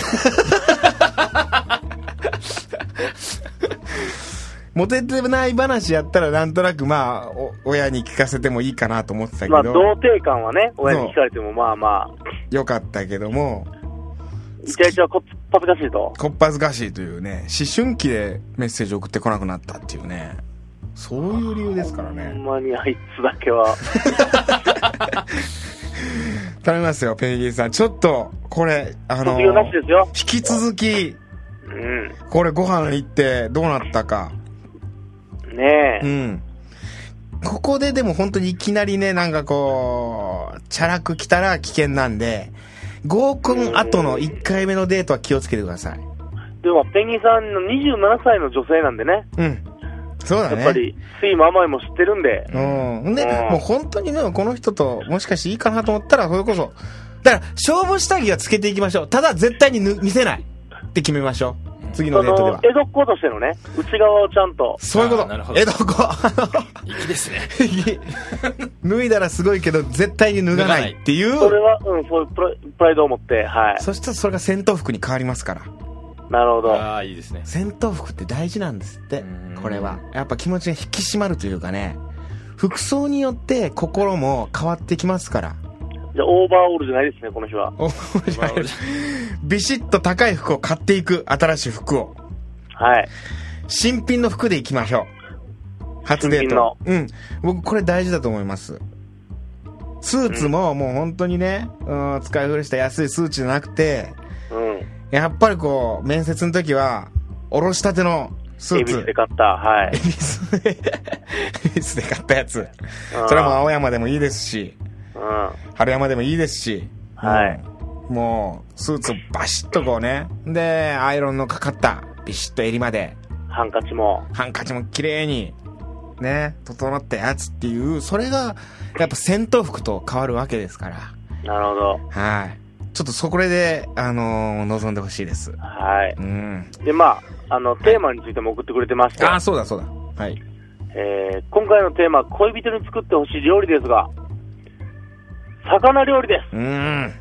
Speaker 3: 知らん。
Speaker 2: モテてない話やったらなんとなくまあ、お親に聞かせてもいいかなと思ってたけ
Speaker 3: まあ、
Speaker 2: ど、
Speaker 3: 童貞感はね、親に聞かれても、まあまあ、
Speaker 2: よかったけども、
Speaker 3: イチャイチャはこっぱずかしいと。
Speaker 2: こっぱずかしいというね、思春期でメッセージ送ってこなくなったっていうね、そういう理由ですから
Speaker 3: ほ
Speaker 2: ね
Speaker 3: ん。まにあいつだけは。
Speaker 2: 頼みますよ、ペンギンさん。ちょっと、これ、あの
Speaker 3: 卒、業なしですよ。
Speaker 2: 引き続き、
Speaker 3: うん。
Speaker 2: これご飯行ってどうなったか。
Speaker 3: ね
Speaker 2: う
Speaker 3: え。
Speaker 2: ん。ここででも本当にいきなりね、なんかこう、チャラく来たら危険なんで、合コン後の1回目のデートは気をつけてください。
Speaker 3: でも、ペンギンさんの27歳の女性なんでね。
Speaker 2: うん。そうだ
Speaker 3: や
Speaker 2: ね。
Speaker 3: っぱり、酸いも甘いも知ってるんで。
Speaker 2: うん。で、
Speaker 3: うん
Speaker 2: もう本当にね、この人ともしかしていいかなと思ったら、それこそ、だから、勝負下着はつけていきましょう。ただ、絶対にぬ見せないって決めましょう。次の
Speaker 3: そ
Speaker 2: デートで
Speaker 3: の
Speaker 2: は、。
Speaker 3: 江戸っ子としてのね、内側をちゃんと。
Speaker 2: そういうこ [LAUGHS]
Speaker 4: あーなる
Speaker 2: と
Speaker 4: ほ。ど
Speaker 2: 江戸っ子。あ
Speaker 4: 粋ですね。
Speaker 2: の脱いだらすごいけど、絶対に脱がないっていう。
Speaker 3: それは、うん、そういうプライプライドを持って、はい。
Speaker 2: そしたらそれが戦闘服に変わりますから。
Speaker 3: なるほど。
Speaker 4: ああ、いいですね。
Speaker 2: 戦闘服って大事なんですって
Speaker 4: うん
Speaker 2: これはやっぱ気持ちが引き締まるというかね服装によって心も変わってきますから
Speaker 3: じゃあ、オーバーオールじゃないですね、この日は。
Speaker 2: お
Speaker 4: [LAUGHS] まあ俺
Speaker 2: ビシッと高い服を買っていく新しい服を
Speaker 3: はい。
Speaker 2: 新品の服でいきましょう初デートうん僕これ大事だと思いますスーツももう本当にね、うん、使い古した安いスーツじゃなくて
Speaker 3: うん。
Speaker 2: やっぱりこう面接の時はおろしたてのス
Speaker 3: エ
Speaker 2: ー
Speaker 3: ビ
Speaker 2: ツ
Speaker 3: スで買った、はい
Speaker 2: 恵。比寿で、恵比寿で買ったやつ。
Speaker 3: うん
Speaker 2: [LAUGHS] それはもう青山でもいいですし、
Speaker 3: うん。
Speaker 2: 春山でもいいですし。
Speaker 3: はい
Speaker 2: うん。もう、スーツをバシッとこうね。で、アイロンのかかった、ビシッと襟まで、
Speaker 3: ハンカチも。
Speaker 2: ハンカチも綺麗に、ね、整ったやつっていう、それが、やっぱ戦闘服と変わるわけですから。
Speaker 3: なるほど。
Speaker 2: はい。ちょっとそこで、あのー望んでほしいです。
Speaker 3: はい。
Speaker 2: うん。
Speaker 3: で、まあ、あの、テーマについても送ってくれてまし
Speaker 2: ああ、
Speaker 3: た。
Speaker 2: そうだそうだ。はい。
Speaker 3: えー、今回のテーマ、恋人に作ってほしい料理ですが、魚料理です。
Speaker 2: うん。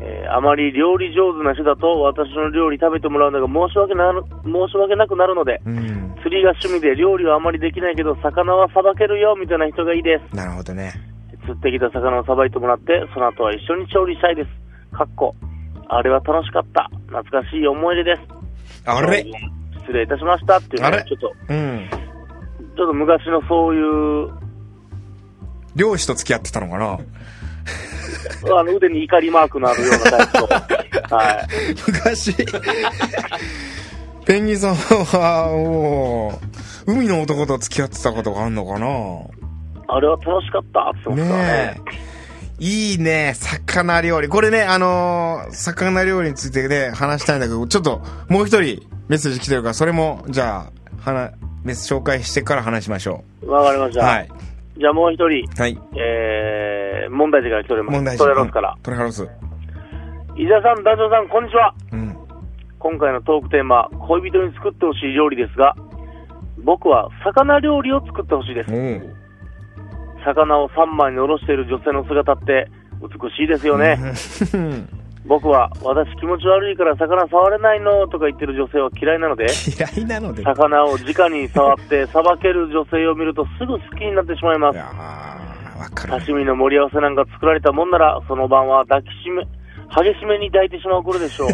Speaker 3: えーあまり料理上手な人だと私の料理食べてもらうのが申し訳なる申し訳なくなるので
Speaker 2: うん。
Speaker 3: 釣りが趣味で料理はあまりできないけど魚はさばけるよみたいな人がいいです
Speaker 2: なるほどね。
Speaker 3: 釣ってきた魚をさばいてもらってその後は一緒に調理したいですかっこあれは楽しかった懐かしい思い出です
Speaker 2: あれ
Speaker 3: 失礼いたしましたっていう
Speaker 2: あ
Speaker 3: ね
Speaker 2: れ
Speaker 3: ちょっと
Speaker 2: うん。
Speaker 3: ちょっと昔のそういう
Speaker 2: 漁師と付き合ってたのかな
Speaker 3: あの腕に怒りマークのあるようなタイプと
Speaker 2: [LAUGHS]
Speaker 3: はい
Speaker 2: 昔。ペンギンさんは、もう、海の男と付き合ってたことがあんのかな
Speaker 3: あれは楽しかったって思ったわね
Speaker 2: ねえ。いいね、魚料理。これね、あのー魚料理についてね、話したいんだけど、ちょっと、もう一人メッセージ来てるから、それも、じゃあ、はな、メス紹介してから話しましょ
Speaker 3: わかりまし
Speaker 2: う。
Speaker 3: た、
Speaker 2: はい。
Speaker 3: じゃあもう一人
Speaker 2: はい。
Speaker 3: えー、問題児から来ております。
Speaker 2: 問題
Speaker 3: トレロスから。
Speaker 2: トレハロス。
Speaker 3: 伊沢さん、団長さん、こんにちは。
Speaker 2: うん。
Speaker 3: 今回のトークテーマ、恋人に作ってほしい料理ですが、僕は魚料理を作ってほしいです
Speaker 2: お。う。
Speaker 3: 魚を三枚におろしている女性の姿って美しいですよね。
Speaker 2: うん
Speaker 3: 僕は、私気持ち悪いから魚触れないのとか言ってる女性は嫌いな
Speaker 2: [LAUGHS]
Speaker 3: ので、
Speaker 2: [LAUGHS] 嫌いなので。
Speaker 3: 魚を直に触ってさばける女性を見るとすぐ好きになってしまいま
Speaker 2: い
Speaker 3: す。
Speaker 2: やーわかる。
Speaker 3: 刺身の盛り合わせなんか作られたもんなら、その晩は抱きしめ、激しめに抱いてしまう頃でしょう。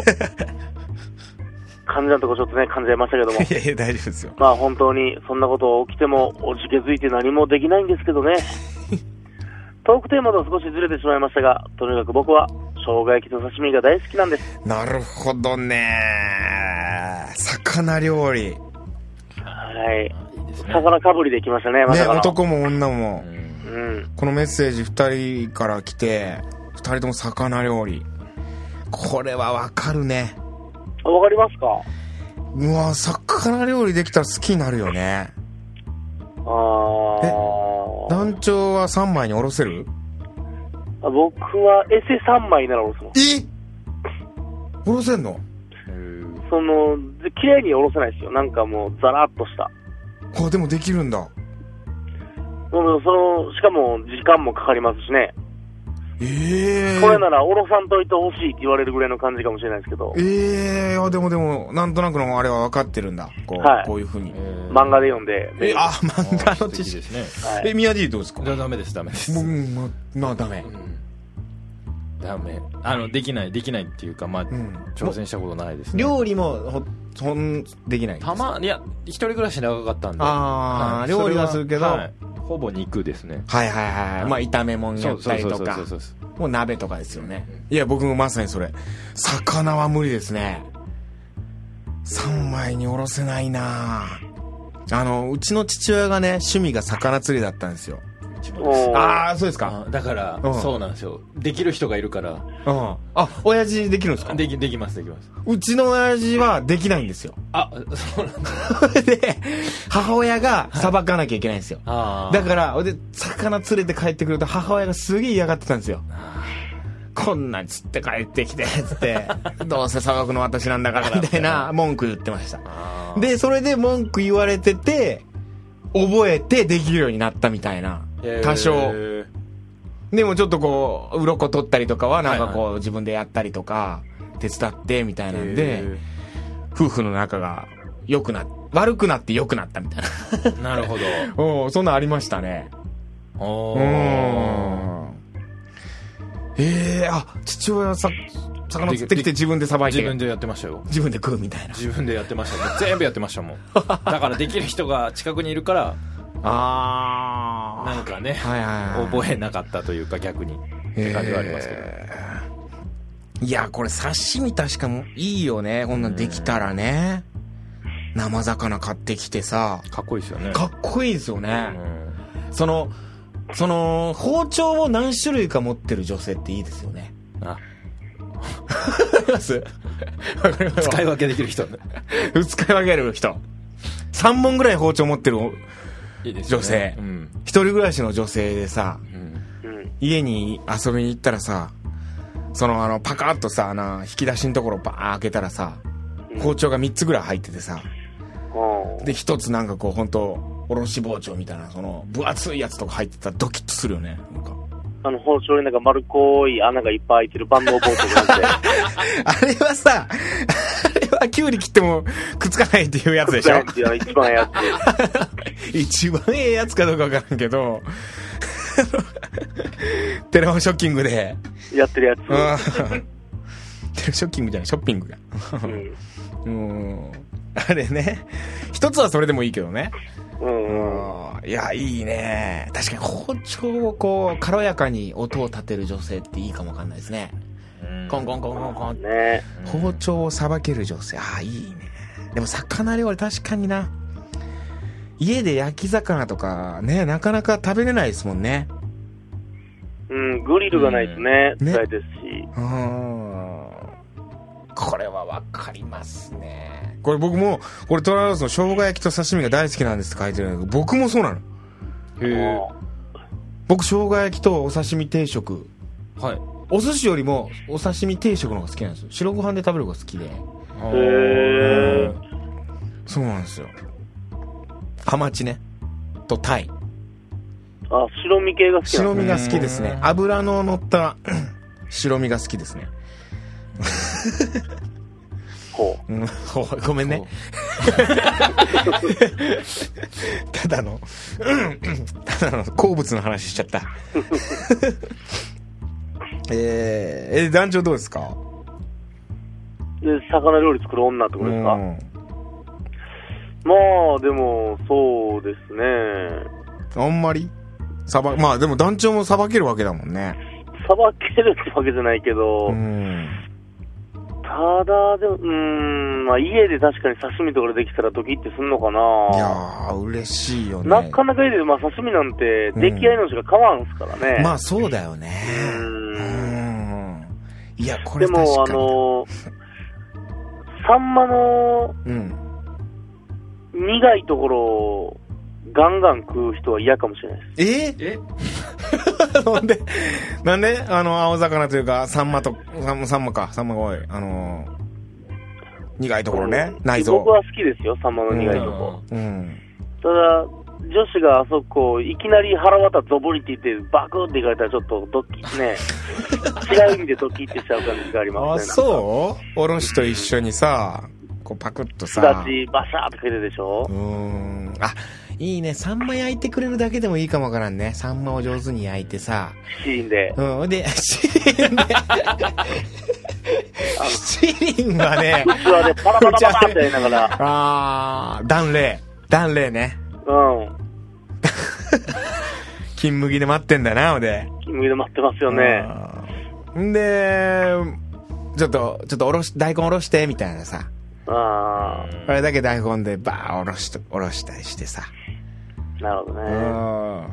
Speaker 3: 感じたとこちょっとね、感じちゃいましたけども。
Speaker 2: いやいや、大丈夫ですよ。
Speaker 3: まあ本当にそんなこと起きてもおじけづいて何もできないんですけどね。トークテーマとは少しずれてしまいましたが、とにかく僕は生姜焼きと刺身が大好きなんです。
Speaker 2: なるほどねー。魚料理。ね、
Speaker 3: はい。
Speaker 4: いいですね
Speaker 3: 魚かぶりできましたね、まさかの。
Speaker 2: 男も女も
Speaker 4: う。ん
Speaker 3: うん。
Speaker 2: このメッセージ2人から来て、2人とも魚料理。これはわかるね。
Speaker 3: あわかりますか
Speaker 2: うわ、魚料理できたら好きになるよね。
Speaker 3: あー
Speaker 2: 団長は3枚におろせる
Speaker 3: あ僕はエセ3枚ならおろすの。
Speaker 2: えおろせんの
Speaker 3: その、で綺麗におろせないですよ。なんかもうザラッとした。
Speaker 2: あ、でもできるんだ。
Speaker 3: もうその、しかも時間もかかりますしね。
Speaker 2: ええ
Speaker 3: これならおろさんといてほしいって言われるぐらいの感じかもしれないですけど。
Speaker 2: ええあ、でもでも、なんとなくのあれは分かってるんだ。こう、
Speaker 3: はい
Speaker 2: こういうふうに。
Speaker 3: 漫画で読んで。
Speaker 2: え、あ、
Speaker 4: あ
Speaker 2: 漫画
Speaker 4: ー
Speaker 2: の知識。
Speaker 4: 素敵ですね
Speaker 3: はい
Speaker 2: え、宮 D どうですか
Speaker 4: じゃあダメですダメです、
Speaker 2: もう、ま、まあ、ダメ。
Speaker 4: ダメあのできないできないっていうかまあ、
Speaker 2: ん
Speaker 4: 挑戦したことないですね
Speaker 2: 料理も、ほ、そん、できない。
Speaker 4: たまいや一人暮らし長かったんで
Speaker 2: あー料理はするけど
Speaker 4: それはいほぼ肉ですね
Speaker 2: はいはいはい。まあ、炒め物や
Speaker 4: そう
Speaker 2: っ
Speaker 4: そ
Speaker 2: た
Speaker 4: う
Speaker 2: り
Speaker 4: そう
Speaker 2: と
Speaker 4: そう
Speaker 2: か
Speaker 4: そう。そうそう
Speaker 2: もう鍋とかですよね。いや、僕もまさにそれ。魚は無理ですね。3枚におろせないなあの、うちの父親がね、趣味が魚釣りだったんですよ。
Speaker 3: おー
Speaker 2: ああ、そうですか。
Speaker 4: あだから、
Speaker 2: うん
Speaker 4: そうなんですよできる人がいるから
Speaker 2: うん。あ、親父できるんですか
Speaker 4: できできますできます
Speaker 2: うちの親父はできないんですよ。 [LAUGHS]
Speaker 4: あそうなんだ
Speaker 2: で、母親がさばかなきゃいけないんですよ。
Speaker 4: あー
Speaker 2: だから、で、魚連れて帰ってくると母親がすげえ嫌がってたんですよ。こんなん釣って帰ってきて、つって、どうせ砂漠の私なんだから、みたいな文句言ってました。
Speaker 4: あー
Speaker 2: で、それで文句言われてて、覚えてできるようになったみたいな
Speaker 4: え。ー
Speaker 2: 多少。でもちょっとこう、鱗取ったりとかは、なんか
Speaker 4: はい
Speaker 2: こう、自分でやったりとか、手伝って、みたいなん
Speaker 4: へ
Speaker 2: で
Speaker 4: ー、
Speaker 2: 夫婦の仲が良くな、悪くなって良くなったみたい [LAUGHS] な。
Speaker 4: なるほど
Speaker 2: うん、そんなんありましたね。
Speaker 4: お
Speaker 2: う
Speaker 4: ー
Speaker 2: ん。ええあ、父親はさ、魚釣ってきて自分でさばいて、
Speaker 4: 自
Speaker 2: 自分
Speaker 4: 分
Speaker 2: で
Speaker 4: でやってましたよ
Speaker 2: 食うみたいな。
Speaker 4: 自分でやってましたね全部やってました
Speaker 2: [LAUGHS]
Speaker 4: もんだからできる人が近くにいるから
Speaker 2: あ
Speaker 4: なんかね、
Speaker 2: はいはいはい
Speaker 4: 覚えなかったというか逆にって感じはありますけど、
Speaker 2: いや、これ刺身確かもいいよね。こんなんできたらね。生魚買ってきてさ、
Speaker 4: かっこいいですよね
Speaker 2: かっこいいですよ
Speaker 4: う
Speaker 2: ね。
Speaker 4: ん
Speaker 2: その、その、包丁を何種類か持ってる女性っていいですよね。
Speaker 4: あ
Speaker 2: わかりますわかります
Speaker 4: [LAUGHS] 使い分けできる人
Speaker 2: [LAUGHS] 使い分ける人。3本ぐらい包丁持ってる
Speaker 4: いいですよね
Speaker 2: 女性
Speaker 4: うん
Speaker 2: 一人暮らしの女性でさ、
Speaker 3: う
Speaker 4: うん
Speaker 3: ん
Speaker 2: 家に遊びに行ったらさ、そのあの、パカッとさ、あの、引き出しのところバーン開けたらさ、包丁が3つぐらい入っててさ、
Speaker 3: うん
Speaker 2: で、1つなんかこう、ほんと、おろし包丁みたいな、その、分厚いやつとか入ってたらドキッとするよね。なんか。
Speaker 3: あの包丁になんか丸っこい穴がいっぱい開いてる万能
Speaker 2: [LAUGHS]
Speaker 3: 包丁なんで、
Speaker 2: [LAUGHS] あれはさ、 [LAUGHS] あれはキュウリ切ってもくっつかないっていうやつでしょ
Speaker 3: いや一番やっ
Speaker 2: [LAUGHS]
Speaker 3: て、
Speaker 2: 一番ええやつかどうかわからんけど、 [LAUGHS] テレフォンショッキングで、
Speaker 3: やってるや
Speaker 2: うん [LAUGHS]
Speaker 3: つ。
Speaker 2: テレフォンショッキングじゃない、ショッピングが。
Speaker 3: うん
Speaker 2: うん。あれね。一つはそれでもいいけどね。
Speaker 3: うんうん
Speaker 2: いや、いいね。確かに包丁をこう、軽やかに音を立てる女性っていいかもわかんないですね。コンコンコンコンコン。
Speaker 3: ね
Speaker 2: 包丁をさばける女性。ああ、いいね。でも魚料理確かにな。家で焼き魚とかね、なかなか食べれないですもんね。
Speaker 3: うん、グリルがないとね、
Speaker 2: ね
Speaker 3: 辛いですし。
Speaker 2: うーんこれはわかりますね。これ僕も、これトラウスの生姜焼きと刺身が大好きなんですって書いてるんだけど、僕もそうなの。
Speaker 4: へえ
Speaker 2: 僕生姜焼きとお刺身定食。
Speaker 4: はい
Speaker 2: お寿司よりもお刺身定食の方が好きなんですよ。白ご飯で食べる方が好きで。
Speaker 3: へー
Speaker 2: そうなんですよ。ハマチね。とタイ。
Speaker 3: あ、白身系が好きな
Speaker 2: 白
Speaker 3: ん
Speaker 2: [CLEARS THROAT]
Speaker 3: で
Speaker 2: 身が好きですね。油の乗った白身が好きですね。
Speaker 3: こう。
Speaker 2: うん [LAUGHS] ほごめんね。 [LAUGHS] ただの、 [CLEARS THROAT] ただの好物の話しちゃ
Speaker 3: [LAUGHS]
Speaker 2: った。 [LAUGHS] えー、え、団長どうですか
Speaker 3: で、魚料理作る女ってことですか。
Speaker 2: うん
Speaker 3: まあ、でも、そうですね。
Speaker 2: あんまりさば、まあでも団長もさばけるわけだもんね。
Speaker 3: さばけるってわけじゃないけど、
Speaker 2: うん。
Speaker 3: ただ、でも、うーん、まあ、家で確かに刺身とかでできたらドキってすんのか
Speaker 2: いや
Speaker 3: な
Speaker 2: ー、嬉しいよね。
Speaker 3: なかなか家で、まあ、刺身なんて、出来合いのしか買わんすからね。
Speaker 2: まあそうだよね。
Speaker 3: う
Speaker 2: うんん。いや、これ
Speaker 3: で
Speaker 2: 確かに。
Speaker 3: も、あのー、サンマの
Speaker 2: うん。
Speaker 3: 苦いところをガンガン食う人は嫌かもしれない
Speaker 2: え
Speaker 3: です。
Speaker 2: [LAUGHS]
Speaker 4: え
Speaker 2: なんで、なんで、あの、青魚というか、サンマと、サンマサンマか、サンマが多い。あのー苦いところね、内臓
Speaker 3: 僕。は好きですよ、サンマの苦いとこ。
Speaker 2: うん。
Speaker 3: ただ、女子があそこ、いきなり腹渡ゾボリって言って、バクっていかれたらちょっとドッキ
Speaker 2: [LAUGHS]
Speaker 3: ね、違う意味でドッキってしちゃう感じがあり
Speaker 2: あ、
Speaker 3: ますね。
Speaker 2: そうおろしと一緒にさ、こうパクッと
Speaker 3: す
Speaker 2: さ
Speaker 3: だ。ち、バシャーってかけてるでしょ
Speaker 2: うーん。あ、いいね。サンマ焼いてくれるだけでもいいかもわからんね。サンマを上手に焼いてさ。
Speaker 3: 七輪で。
Speaker 2: うん。で、 [LAUGHS] 七輪で。七輪はね、
Speaker 3: 器でパラパラパラパラってやりな
Speaker 2: [LAUGHS]
Speaker 3: がら、
Speaker 2: あー、断霊。断霊ね。
Speaker 3: うん。
Speaker 2: 金麦で待ってんだな、俺。
Speaker 3: 金麦で待ってますよね。
Speaker 2: うん。んで、ちょっと、ちょっとおろし、大根おろして、みたいなさ。
Speaker 3: あ
Speaker 2: これだけ大根でバーおろしと、おろしたりしてさ。
Speaker 3: あ、なるほどね。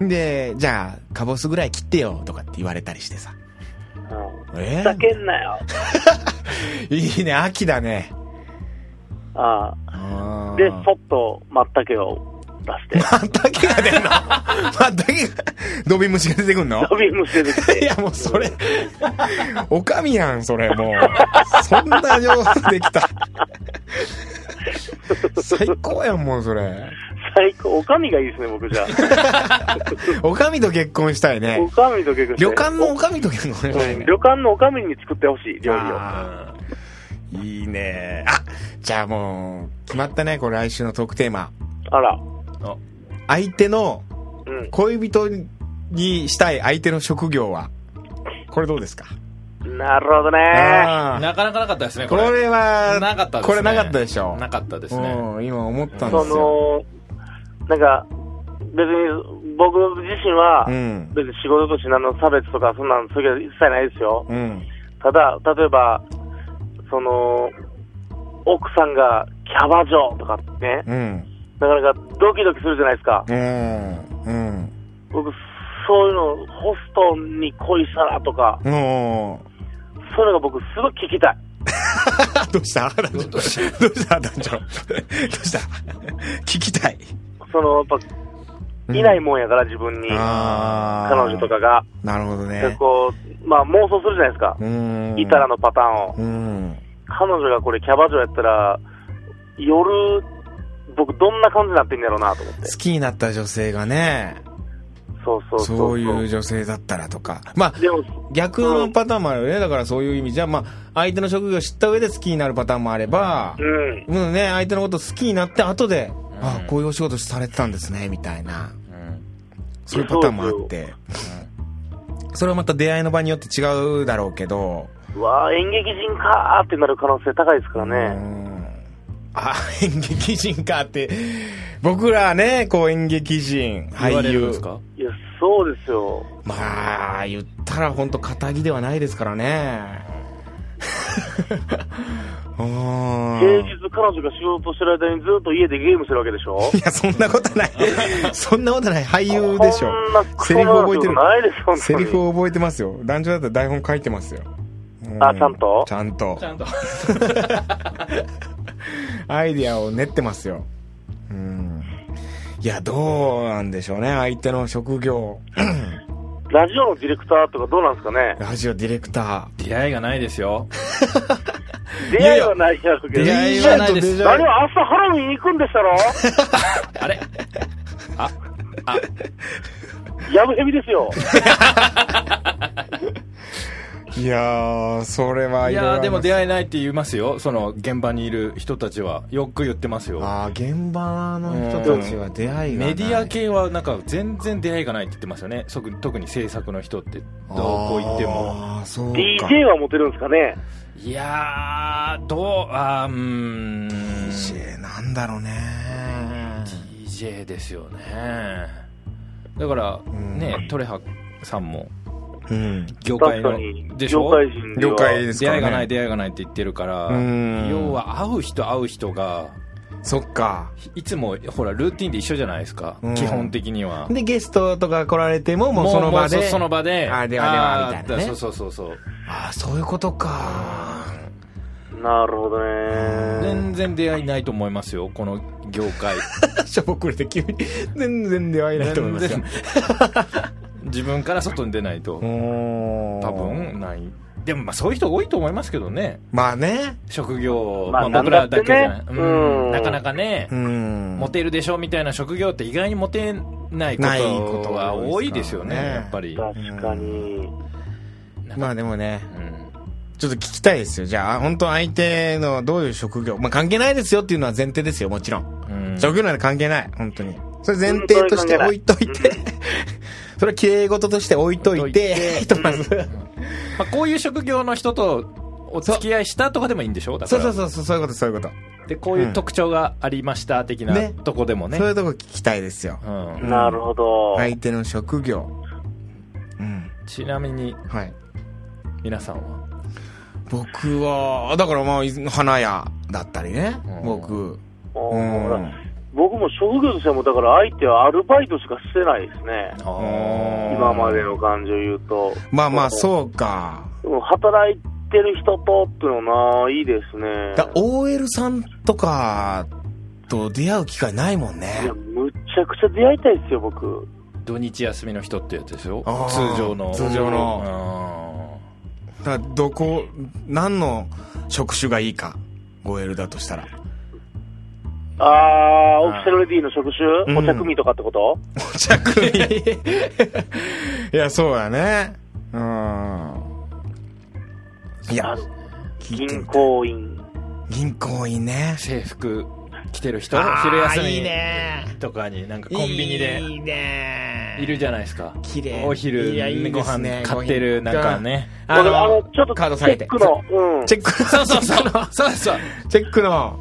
Speaker 2: うん。で、じゃあ、かぼすぐらい切ってよ、とかって言われたりしてさ。
Speaker 3: うん
Speaker 2: え
Speaker 3: ふざけんなよ。
Speaker 2: いいね、秋だね。
Speaker 3: あ
Speaker 2: あ
Speaker 3: あ。
Speaker 2: ー
Speaker 3: で、そっと、松茸を出
Speaker 2: [LAUGHS]
Speaker 3: して、
Speaker 2: またけが出んのまたけが、ドビムシが出てくんの
Speaker 3: 伸びむせてき
Speaker 2: い
Speaker 3: て、
Speaker 2: や、もうそれ、おかみやん、それ、もう。そんな上手できた。最高やん、もうそれ。
Speaker 3: 最高、おかみがいいですね、僕じゃあ。
Speaker 2: おかみと結婚したい
Speaker 3: お
Speaker 2: ね。
Speaker 3: かみと結構して
Speaker 2: 旅館のおかみと結婚したいね
Speaker 3: 旅。館のおかみに作ってほしい、料理を。
Speaker 2: あーいいね。あ、じゃあもう、決まったね、これ来週のトークテーマ。
Speaker 3: あら。
Speaker 2: 相手の、
Speaker 3: うん。
Speaker 2: 恋人にしたい相手の職業はこれどうですか
Speaker 3: なるほどね。
Speaker 2: あー
Speaker 4: なかなかなかったですね、こ
Speaker 2: こ
Speaker 4: れ。
Speaker 2: れは、
Speaker 4: なかったですね。
Speaker 2: これなかったでしょ。
Speaker 4: なかったですね。
Speaker 2: うん、今思ったんで
Speaker 3: そ
Speaker 2: すよ。
Speaker 3: の、なんか、別に僕自身は
Speaker 2: う、ん。
Speaker 3: 別に仕事として何の差別とかそんなんそういうの一切ないですよ。
Speaker 2: うん。
Speaker 3: ただ、例えば、その、奥さんがキャバ嬢とかね、
Speaker 2: うん。
Speaker 3: なかなかドキドキするじゃないですか。
Speaker 2: うん。うん。
Speaker 3: 僕、そういうの、ホストに恋したらとか、
Speaker 2: もう、
Speaker 3: そういうのが僕すごい聞きたい。
Speaker 2: あどうした団長どうした団長どうした聞きたい。
Speaker 3: その、やっぱ、いないもんやから自分に、
Speaker 2: ああ。
Speaker 3: 彼女と。かが。
Speaker 2: なるほど
Speaker 3: で
Speaker 2: ね。
Speaker 3: こう、まあ妄想するじゃないですか。
Speaker 2: うん。
Speaker 3: いたらのパターンを。
Speaker 2: うん。
Speaker 3: 彼女がこれキャバ嬢やったら、夜、僕どんな感じになってんやろうなと思って。
Speaker 2: 好きになった女性がね、
Speaker 3: そうそうそう。
Speaker 2: そういう女性だったらとか。まあ、
Speaker 3: でも、
Speaker 2: 逆のパターンもあるよね。だからそういう意味じゃ、まあ、相手の職業を知った上で好きになるパターンもあれば
Speaker 3: う、ん。
Speaker 2: うんね、相手のこと好きになって後で、
Speaker 4: ん
Speaker 2: あこういうお仕事されてたんですね、みたいな。
Speaker 4: うん
Speaker 2: そういうパターンもあって。それはまた出会いの場によって違うだろうけど、
Speaker 3: うわあ演劇人かーってなる可能性高いですから
Speaker 2: う
Speaker 3: ね。
Speaker 2: んあ、演劇人かって、僕らね、こう演劇人、
Speaker 4: 言
Speaker 2: 俳
Speaker 4: われるん
Speaker 2: 優
Speaker 4: です。か
Speaker 3: いや、そうですよ。
Speaker 2: まあ、言ったら本当肩着ではないですからね。 [LAUGHS] うん
Speaker 3: 平日彼女が仕事してる間にずっと家でゲームしてるわけで
Speaker 2: [LAUGHS]
Speaker 3: しょ
Speaker 2: いや、そんなこと
Speaker 3: [LAUGHS]
Speaker 2: ない。そんなことない。俳優でしょ
Speaker 3: こんな。ク
Speaker 2: セ
Speaker 3: ソ
Speaker 2: リ
Speaker 3: な
Speaker 2: フ覚えて
Speaker 3: こ
Speaker 2: る
Speaker 3: と。ないです、本当
Speaker 2: セ
Speaker 3: に。
Speaker 2: リフ覚えてますよ。男女だったら台本書いてますよ。う
Speaker 3: あちゃんと
Speaker 2: ちゃんと
Speaker 4: ち。ゃんと。
Speaker 2: アイディアを練ってますよ。うん。いや、どうなんでしょうね。相手の職業。
Speaker 3: ラジオのディレクターとかどうなんです
Speaker 2: [LAUGHS]
Speaker 3: かね
Speaker 2: ラジオディレクタ
Speaker 4: 出会いがないですよ。
Speaker 3: 出会いはないやろう
Speaker 2: ー。
Speaker 3: けど。
Speaker 4: 出会いはないです
Speaker 2: ディージェイとデジャ
Speaker 3: 何
Speaker 2: ブ
Speaker 3: は明日ハロウィン行くんでしたろ
Speaker 4: あれあ、あ、
Speaker 3: やぶへびですよ。
Speaker 2: いやー、それはいいろいろ
Speaker 4: やーでも出
Speaker 2: い
Speaker 4: 会えないって言いますよその現場にいる人たちはよく言ってますよ
Speaker 2: あー現場の人たちは出会いがな
Speaker 4: メ
Speaker 2: い
Speaker 4: ディア系はなんか全然出会いがないって言ってますよねそく特に制作の人ってどうこう言っても
Speaker 2: あーそうか
Speaker 3: DJ はモテるんですかね
Speaker 4: いやーどうあーうーん
Speaker 2: DJ なんだろうね
Speaker 4: DJ ですよねだからね、トレハさんも
Speaker 2: うん
Speaker 4: 業
Speaker 3: 確
Speaker 4: 界
Speaker 3: か
Speaker 4: の
Speaker 3: に。
Speaker 4: でし
Speaker 3: 業
Speaker 4: ょ
Speaker 3: 界人では
Speaker 2: 了解です
Speaker 4: 出
Speaker 2: から
Speaker 4: 会い
Speaker 2: ね
Speaker 4: がない出会いがないって言ってるから
Speaker 2: うん
Speaker 4: 要は会う人会う人が
Speaker 2: そっか
Speaker 4: いつもほらルーティンで一緒じゃないですか、
Speaker 2: うん
Speaker 4: 基本的には
Speaker 2: でゲストとか来られてももうその場
Speaker 4: もう
Speaker 2: で
Speaker 4: そその場で
Speaker 2: あではではみたいなね
Speaker 4: あーそうそうそうそう
Speaker 2: ああそういうことか
Speaker 3: なるほどね。
Speaker 2: [LAUGHS]
Speaker 4: 全然出会いないと思いますよこの業界
Speaker 2: しょぼくれて急に全然 [LAUGHS] 出会えないと思いますよ
Speaker 4: 全然 [LAUGHS] 自分から外に出ないと
Speaker 2: おー
Speaker 4: 多分ないでもまあそういう人多いと思いますけどね
Speaker 2: まあね
Speaker 4: 職業、
Speaker 3: まあ
Speaker 4: 僕らだけじゃな
Speaker 3: な
Speaker 4: い、
Speaker 3: んだってね
Speaker 4: うん
Speaker 3: うん
Speaker 4: なかなかね、
Speaker 2: うん
Speaker 4: モテるでしょみたいな職業って意外にモテないこ
Speaker 2: ないこと
Speaker 4: と
Speaker 2: が
Speaker 4: が
Speaker 2: 多
Speaker 4: 多
Speaker 2: い
Speaker 4: い
Speaker 2: で
Speaker 4: ですす
Speaker 2: から
Speaker 4: よ
Speaker 2: ね
Speaker 4: ねやっぱり、
Speaker 3: 確かに。
Speaker 2: まあでもね
Speaker 4: うん
Speaker 2: ちょっと聞きたいですよじゃあ本当相手のどういう職業まあ関係ないですよっていうのは前提ですよもちろん
Speaker 4: うん
Speaker 2: 職業なんて関係ない本当にそれ前提として置いといてそれは綺麗事として置いといてひ [LAUGHS] とまず
Speaker 4: まあ、こういう職業の人とお付き合いしたとかでもいいんでしょだか
Speaker 2: そう
Speaker 4: ら
Speaker 2: そうそうそうそういうことそういうこと
Speaker 4: でこういう特徴がありました的な、
Speaker 2: ね
Speaker 4: とこでもね
Speaker 2: そういうとこ聞きたいですよ
Speaker 4: うん、
Speaker 3: なるほど。
Speaker 2: 相手の職業うん
Speaker 4: ちなみに
Speaker 2: はい
Speaker 4: 皆さんは
Speaker 2: 僕はだからまあ花屋だったりね
Speaker 4: うん
Speaker 2: 僕
Speaker 3: お
Speaker 2: う
Speaker 3: ー
Speaker 2: ん
Speaker 3: 僕も職業としても、だから相手はアルバイトしかしてないですね。
Speaker 2: ー
Speaker 3: 今までの感じを言うと。
Speaker 2: まあまあ
Speaker 3: う。
Speaker 2: そうか
Speaker 3: 働いてる人とっていうのはないですね。
Speaker 2: だ OL さんとかと出会う機会ないもん
Speaker 3: い
Speaker 2: ね
Speaker 3: や、むちゃくちゃ出会いたいですよ、僕。
Speaker 4: 土日休みの人ってやつでしょ
Speaker 2: あー
Speaker 4: 通常の
Speaker 2: 通常のだからどこ何の職種がいいか OL だとしたら
Speaker 3: あー、オフィシャルレディーの職
Speaker 2: う
Speaker 3: 種
Speaker 2: ん
Speaker 3: お茶組とかってこと
Speaker 2: お茶組いやそうだねうんいや
Speaker 3: あの
Speaker 2: 聞いて
Speaker 3: 銀
Speaker 2: みたい
Speaker 3: 行員。
Speaker 2: 銀行員ね
Speaker 4: 制服着てる人
Speaker 2: あー
Speaker 4: 昼休み
Speaker 2: いいね
Speaker 4: とかになんかコンビニで
Speaker 2: いいね
Speaker 4: いるじゃないですか
Speaker 2: 綺麗
Speaker 4: お昼
Speaker 2: いやいい
Speaker 4: ご
Speaker 2: です
Speaker 4: 飯
Speaker 2: ね
Speaker 4: 買ってるなんかね
Speaker 2: あ
Speaker 3: 俺あ
Speaker 2: の
Speaker 3: の、ちょっと
Speaker 2: カード下げ
Speaker 3: チ
Speaker 2: て
Speaker 3: ェックの、うん。
Speaker 2: チェック
Speaker 4: そうそうそうそうそう
Speaker 2: [LAUGHS] チェックの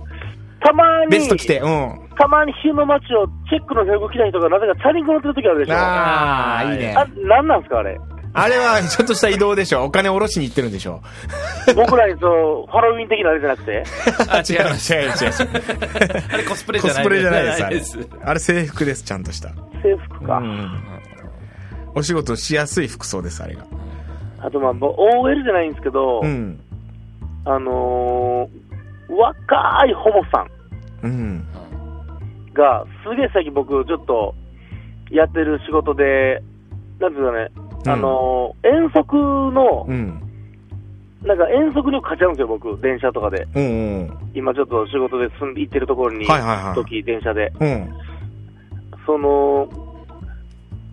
Speaker 3: たまに、
Speaker 2: ベスト着てうん
Speaker 3: たまに昼の街をチェックの制服着た人がなぜかチャリンコ乗ってる時あるでしょ。あ
Speaker 2: ああ
Speaker 4: あー
Speaker 2: いいね
Speaker 3: なんなんですか、
Speaker 2: [LAUGHS]
Speaker 3: あれ。
Speaker 2: あれはちょっとした移動でしょお金下ろしに行ってるんでしょ
Speaker 3: 僕らにそう、ハロウィン的なあれじゃな
Speaker 2: [LAUGHS]
Speaker 3: くて。
Speaker 4: あ違います
Speaker 2: 違う違う違
Speaker 4: あれコスプレ
Speaker 2: う
Speaker 4: じ
Speaker 2: コ
Speaker 4: ゃな
Speaker 2: ス
Speaker 4: い
Speaker 2: プレじゃないで
Speaker 4: です
Speaker 2: すあれあれ制服ですちゃんとした
Speaker 3: 制服か。
Speaker 2: うんお仕事しやすい服装ですあれが
Speaker 3: あとまあ、ぼ OL じゃないんですけど、
Speaker 2: うん
Speaker 3: あのー、若いホモさん
Speaker 2: うん
Speaker 3: が、すげえ最近僕、ちょっと、やってる仕事で、なんていうかね、
Speaker 2: うん
Speaker 3: あのー、遠足の
Speaker 2: う、ん
Speaker 3: なんか遠足に買っちゃうんですよ、僕、電車とかで。
Speaker 2: うんうん
Speaker 3: 今ちょっと仕事で住んで行ってるところに、
Speaker 2: はいはいはい
Speaker 3: 時、電車で。
Speaker 2: うん
Speaker 3: その、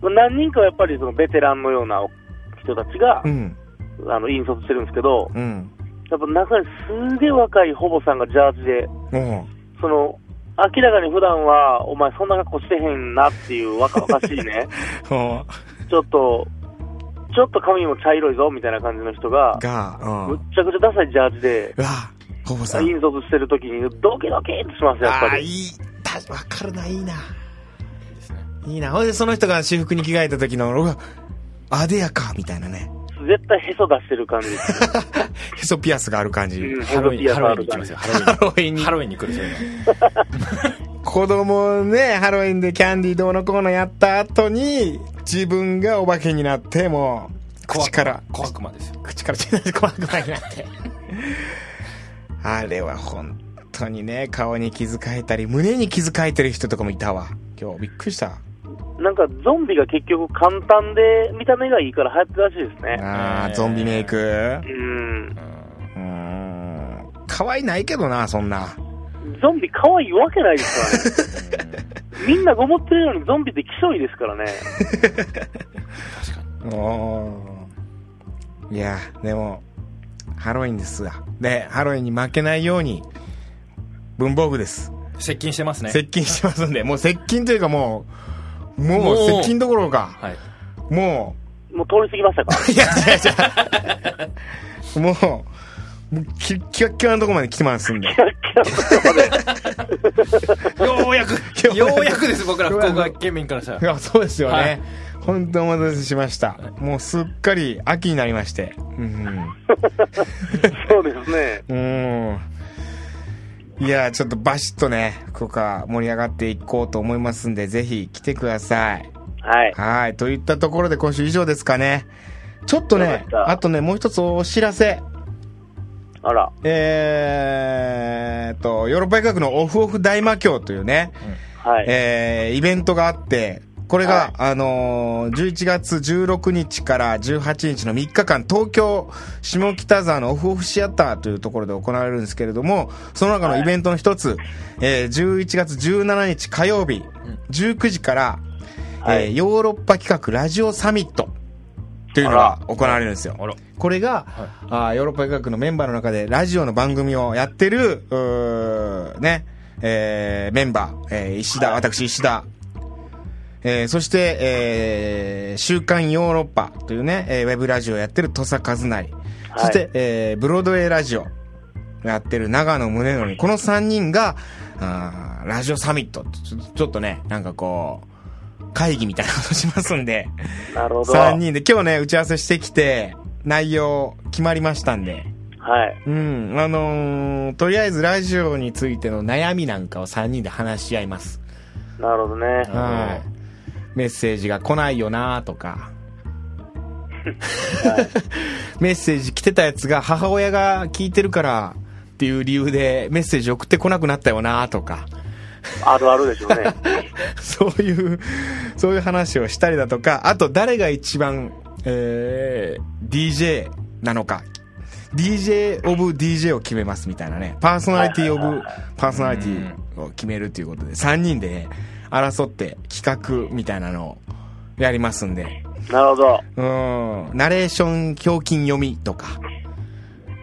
Speaker 3: まあ何人かはやっぱりそのベテランのような人たちが
Speaker 2: う、ん
Speaker 3: あの、引率してるんですけど、
Speaker 2: うん
Speaker 3: やっぱ中にすげえ若いホボさんがジャージで、
Speaker 2: うん
Speaker 3: その、明らかに普段は、お前そんな格好してへんなっていう若々し
Speaker 2: [LAUGHS]
Speaker 3: いね、
Speaker 2: うん
Speaker 3: ちょっと、ちょっと髪も茶色いぞみたいな感じの人が、
Speaker 2: がうん
Speaker 3: むっちゃくちゃダサいジャージで、
Speaker 2: うわほぼさん
Speaker 3: 引率してる時にドキドキってしますよ、やっ
Speaker 2: あ
Speaker 3: ぱ
Speaker 2: あ
Speaker 3: り。
Speaker 2: いいたわかるないいな。いいな。ほいで、その人が私服に着替えた時の、うわ、あでやか、みたいなね。
Speaker 3: 絶対へそ出してる感じ。
Speaker 2: へそピアスがある感じ。
Speaker 3: うん
Speaker 4: [LAUGHS] ハロウィンハロウィンに来
Speaker 3: 感
Speaker 4: ます
Speaker 3: じ
Speaker 4: よハロ
Speaker 2: ハロ
Speaker 4: ウィン
Speaker 2: ウィンに
Speaker 4: ハ。ロウィンに来るそういう
Speaker 2: 子供ね、ハロウィンでキャンディーどうのこうのやった後に、自分がお化けになって、もう、
Speaker 4: 怖
Speaker 2: 口から、
Speaker 4: の小悪魔ですよ
Speaker 2: 口から [LAUGHS] 血出て怖くないなって。あれは本当にね、顔に気遣えたり、胸に気遣えてる人とかもいたわ。今日びっくりした。
Speaker 3: なんかゾンビが結局簡単で見た目がいいから流行ってるらしいですね。
Speaker 2: ああ、ゾンビメイク。
Speaker 3: うん。
Speaker 2: うーん可愛いないけどな、そんな。
Speaker 3: ゾンビ可愛いわけないです
Speaker 4: [LAUGHS]
Speaker 3: からね。みんなごもってるのにゾンビってきそいですからね。
Speaker 2: おーいや、でも、ハロウィンですが。で、ハロウィンに負けないように、文房具です。
Speaker 4: 接近してますね
Speaker 2: 接近してますんで、もう接近というかもう、もう接近どころか、
Speaker 4: はい
Speaker 2: も
Speaker 3: もう通り過ぎました
Speaker 4: [LAUGHS]
Speaker 3: か
Speaker 2: う、いや、違 [LAUGHS] う違う。もう、もうキキワッキワのとこまで来てますんで。
Speaker 4: ようやく [LAUGHS] ようやくです僕ら
Speaker 2: よ
Speaker 4: 福
Speaker 2: うやく
Speaker 4: 岡県民からした
Speaker 2: い
Speaker 4: ら
Speaker 2: や、そうですよね。
Speaker 4: はい
Speaker 2: 本当お待たせしました。もうすっかり秋になりまして。うん。
Speaker 3: そうですね。
Speaker 2: うん。いや、ちょっとバシッとね、福岡盛り上がっていこうと思いますんで、ぜひ来てください。
Speaker 3: はい。
Speaker 2: はい。といったところで今週以上ですかね。ちょっと
Speaker 3: わかり
Speaker 2: ね
Speaker 3: まし、た
Speaker 2: あとね、もう一つお知らせ。
Speaker 3: あら。
Speaker 2: えーっと、ヨーロッパ医学のオフオフ大魔教というね、
Speaker 3: はい。
Speaker 2: えーイベントがあって、これが
Speaker 3: は、
Speaker 2: あのー11月16日から18日の3日間、東京、下北沢のオフオフシアターというところで行われるんですけれども、その中のイベントの一つ、えー11月17日火曜日、19時から、
Speaker 3: はい
Speaker 2: えーヨーロッパ企画ラジオサミットというのが行われるんですよ。
Speaker 4: あら
Speaker 2: これが、
Speaker 4: はい
Speaker 2: あーヨーロッパ医学のメンバーの中でラジオの番組をやってる、うーね、えーメンバー、えー石田、私石田、えーそして、えー週刊ヨーロッパというね、えーウェブラジオをやってる土佐和成、そして、えーブロードウェイラジオやってる長野宗則、この3人が、あーラジオサミット、ちょちょっとね、なんかこう、会議みたいなことしますんで、
Speaker 3: なるほど。
Speaker 2: 3人で今日ね、打ち合わせしてきて、内容決まりましたんで、
Speaker 3: はい。
Speaker 2: うん、あのーとりあえずラジオについての悩みなんかを3人で話し合います。
Speaker 3: なるほどね。
Speaker 2: はい。メッセージが来ないよなとか。メッセージ来てたやつが母親が聞いてるからっていう理由でメッセージ送ってこなくなったよなとか。
Speaker 3: あるあるでしょう
Speaker 2: [LAUGHS]
Speaker 3: ね。
Speaker 2: そういう、そういう話をしたりだとか、あと誰が一番、えー、DJ なのか。DJ オブ DJ を決めますみたいなね。パーソナリティオブパーソナリティを決めるということで、3人でね、争って企画みたいなのをやりますんで。
Speaker 3: なるほど。
Speaker 2: うん。ナレーション表金読みとか。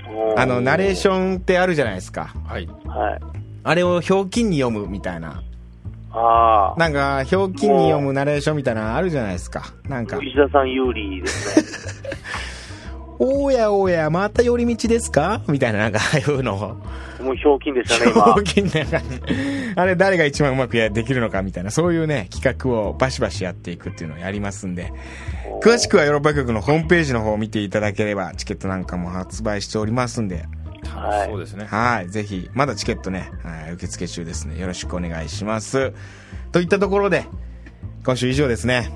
Speaker 3: おー
Speaker 2: あの、ナレーションってあるじゃないですか。
Speaker 4: はい
Speaker 3: はい。
Speaker 2: あれを表金に読むみたいな。
Speaker 3: あ
Speaker 2: なんか、表金に読むナレーションみたいなのあるじゃないですか。なんか
Speaker 3: あ。。石田さん有利ですね。
Speaker 2: おやおや、また寄り道ですかみたいな、なんか、 [LAUGHS] ああいうのを。
Speaker 3: もうひょうきんでしたね、今。
Speaker 2: 大きな感じあれ、誰が一番うまくやできるのかみたいな、そういうね、企画をバシバシやっていくっていうのをやりますんで。詳しくはヨーロッパ局のホームページの方を見ていただければ、チケットなんかも発売しておりますんで、
Speaker 4: 楽しそうですね
Speaker 2: はい、ぜひ、まだチケットね、はい受付中ですね。よろしくお願いします。といったところで、今週以上ですね。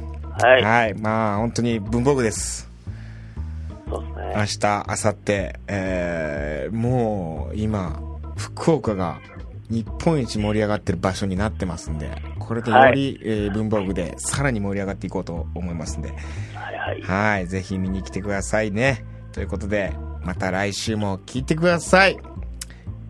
Speaker 3: はい。
Speaker 2: まあ、本当に文房具です。
Speaker 3: そうですね。
Speaker 2: 明日、明後日、えー、もう今、福岡が日本一盛り上がってる場所になってますんで、これでより、えー文房具でさらに盛り上がっていこうと思いますんで、
Speaker 3: はいはい。
Speaker 2: はい、ぜひ見に来てくださいね。ということで、また来週も聞いてください。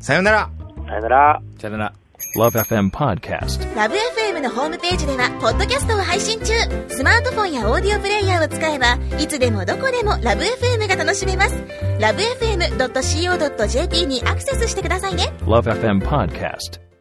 Speaker 2: さようなら
Speaker 3: さよなら。
Speaker 4: さよなら
Speaker 5: Love FM Podcast.
Speaker 6: ラブ f m のホームページではポッドキャストを配信中スマートフォンやオーディオプレイヤーを使えばいつでもどこでもラブ f m が楽しめますラブ FM.co.jp にアクセスしてくださいね
Speaker 5: Love FM Podcast.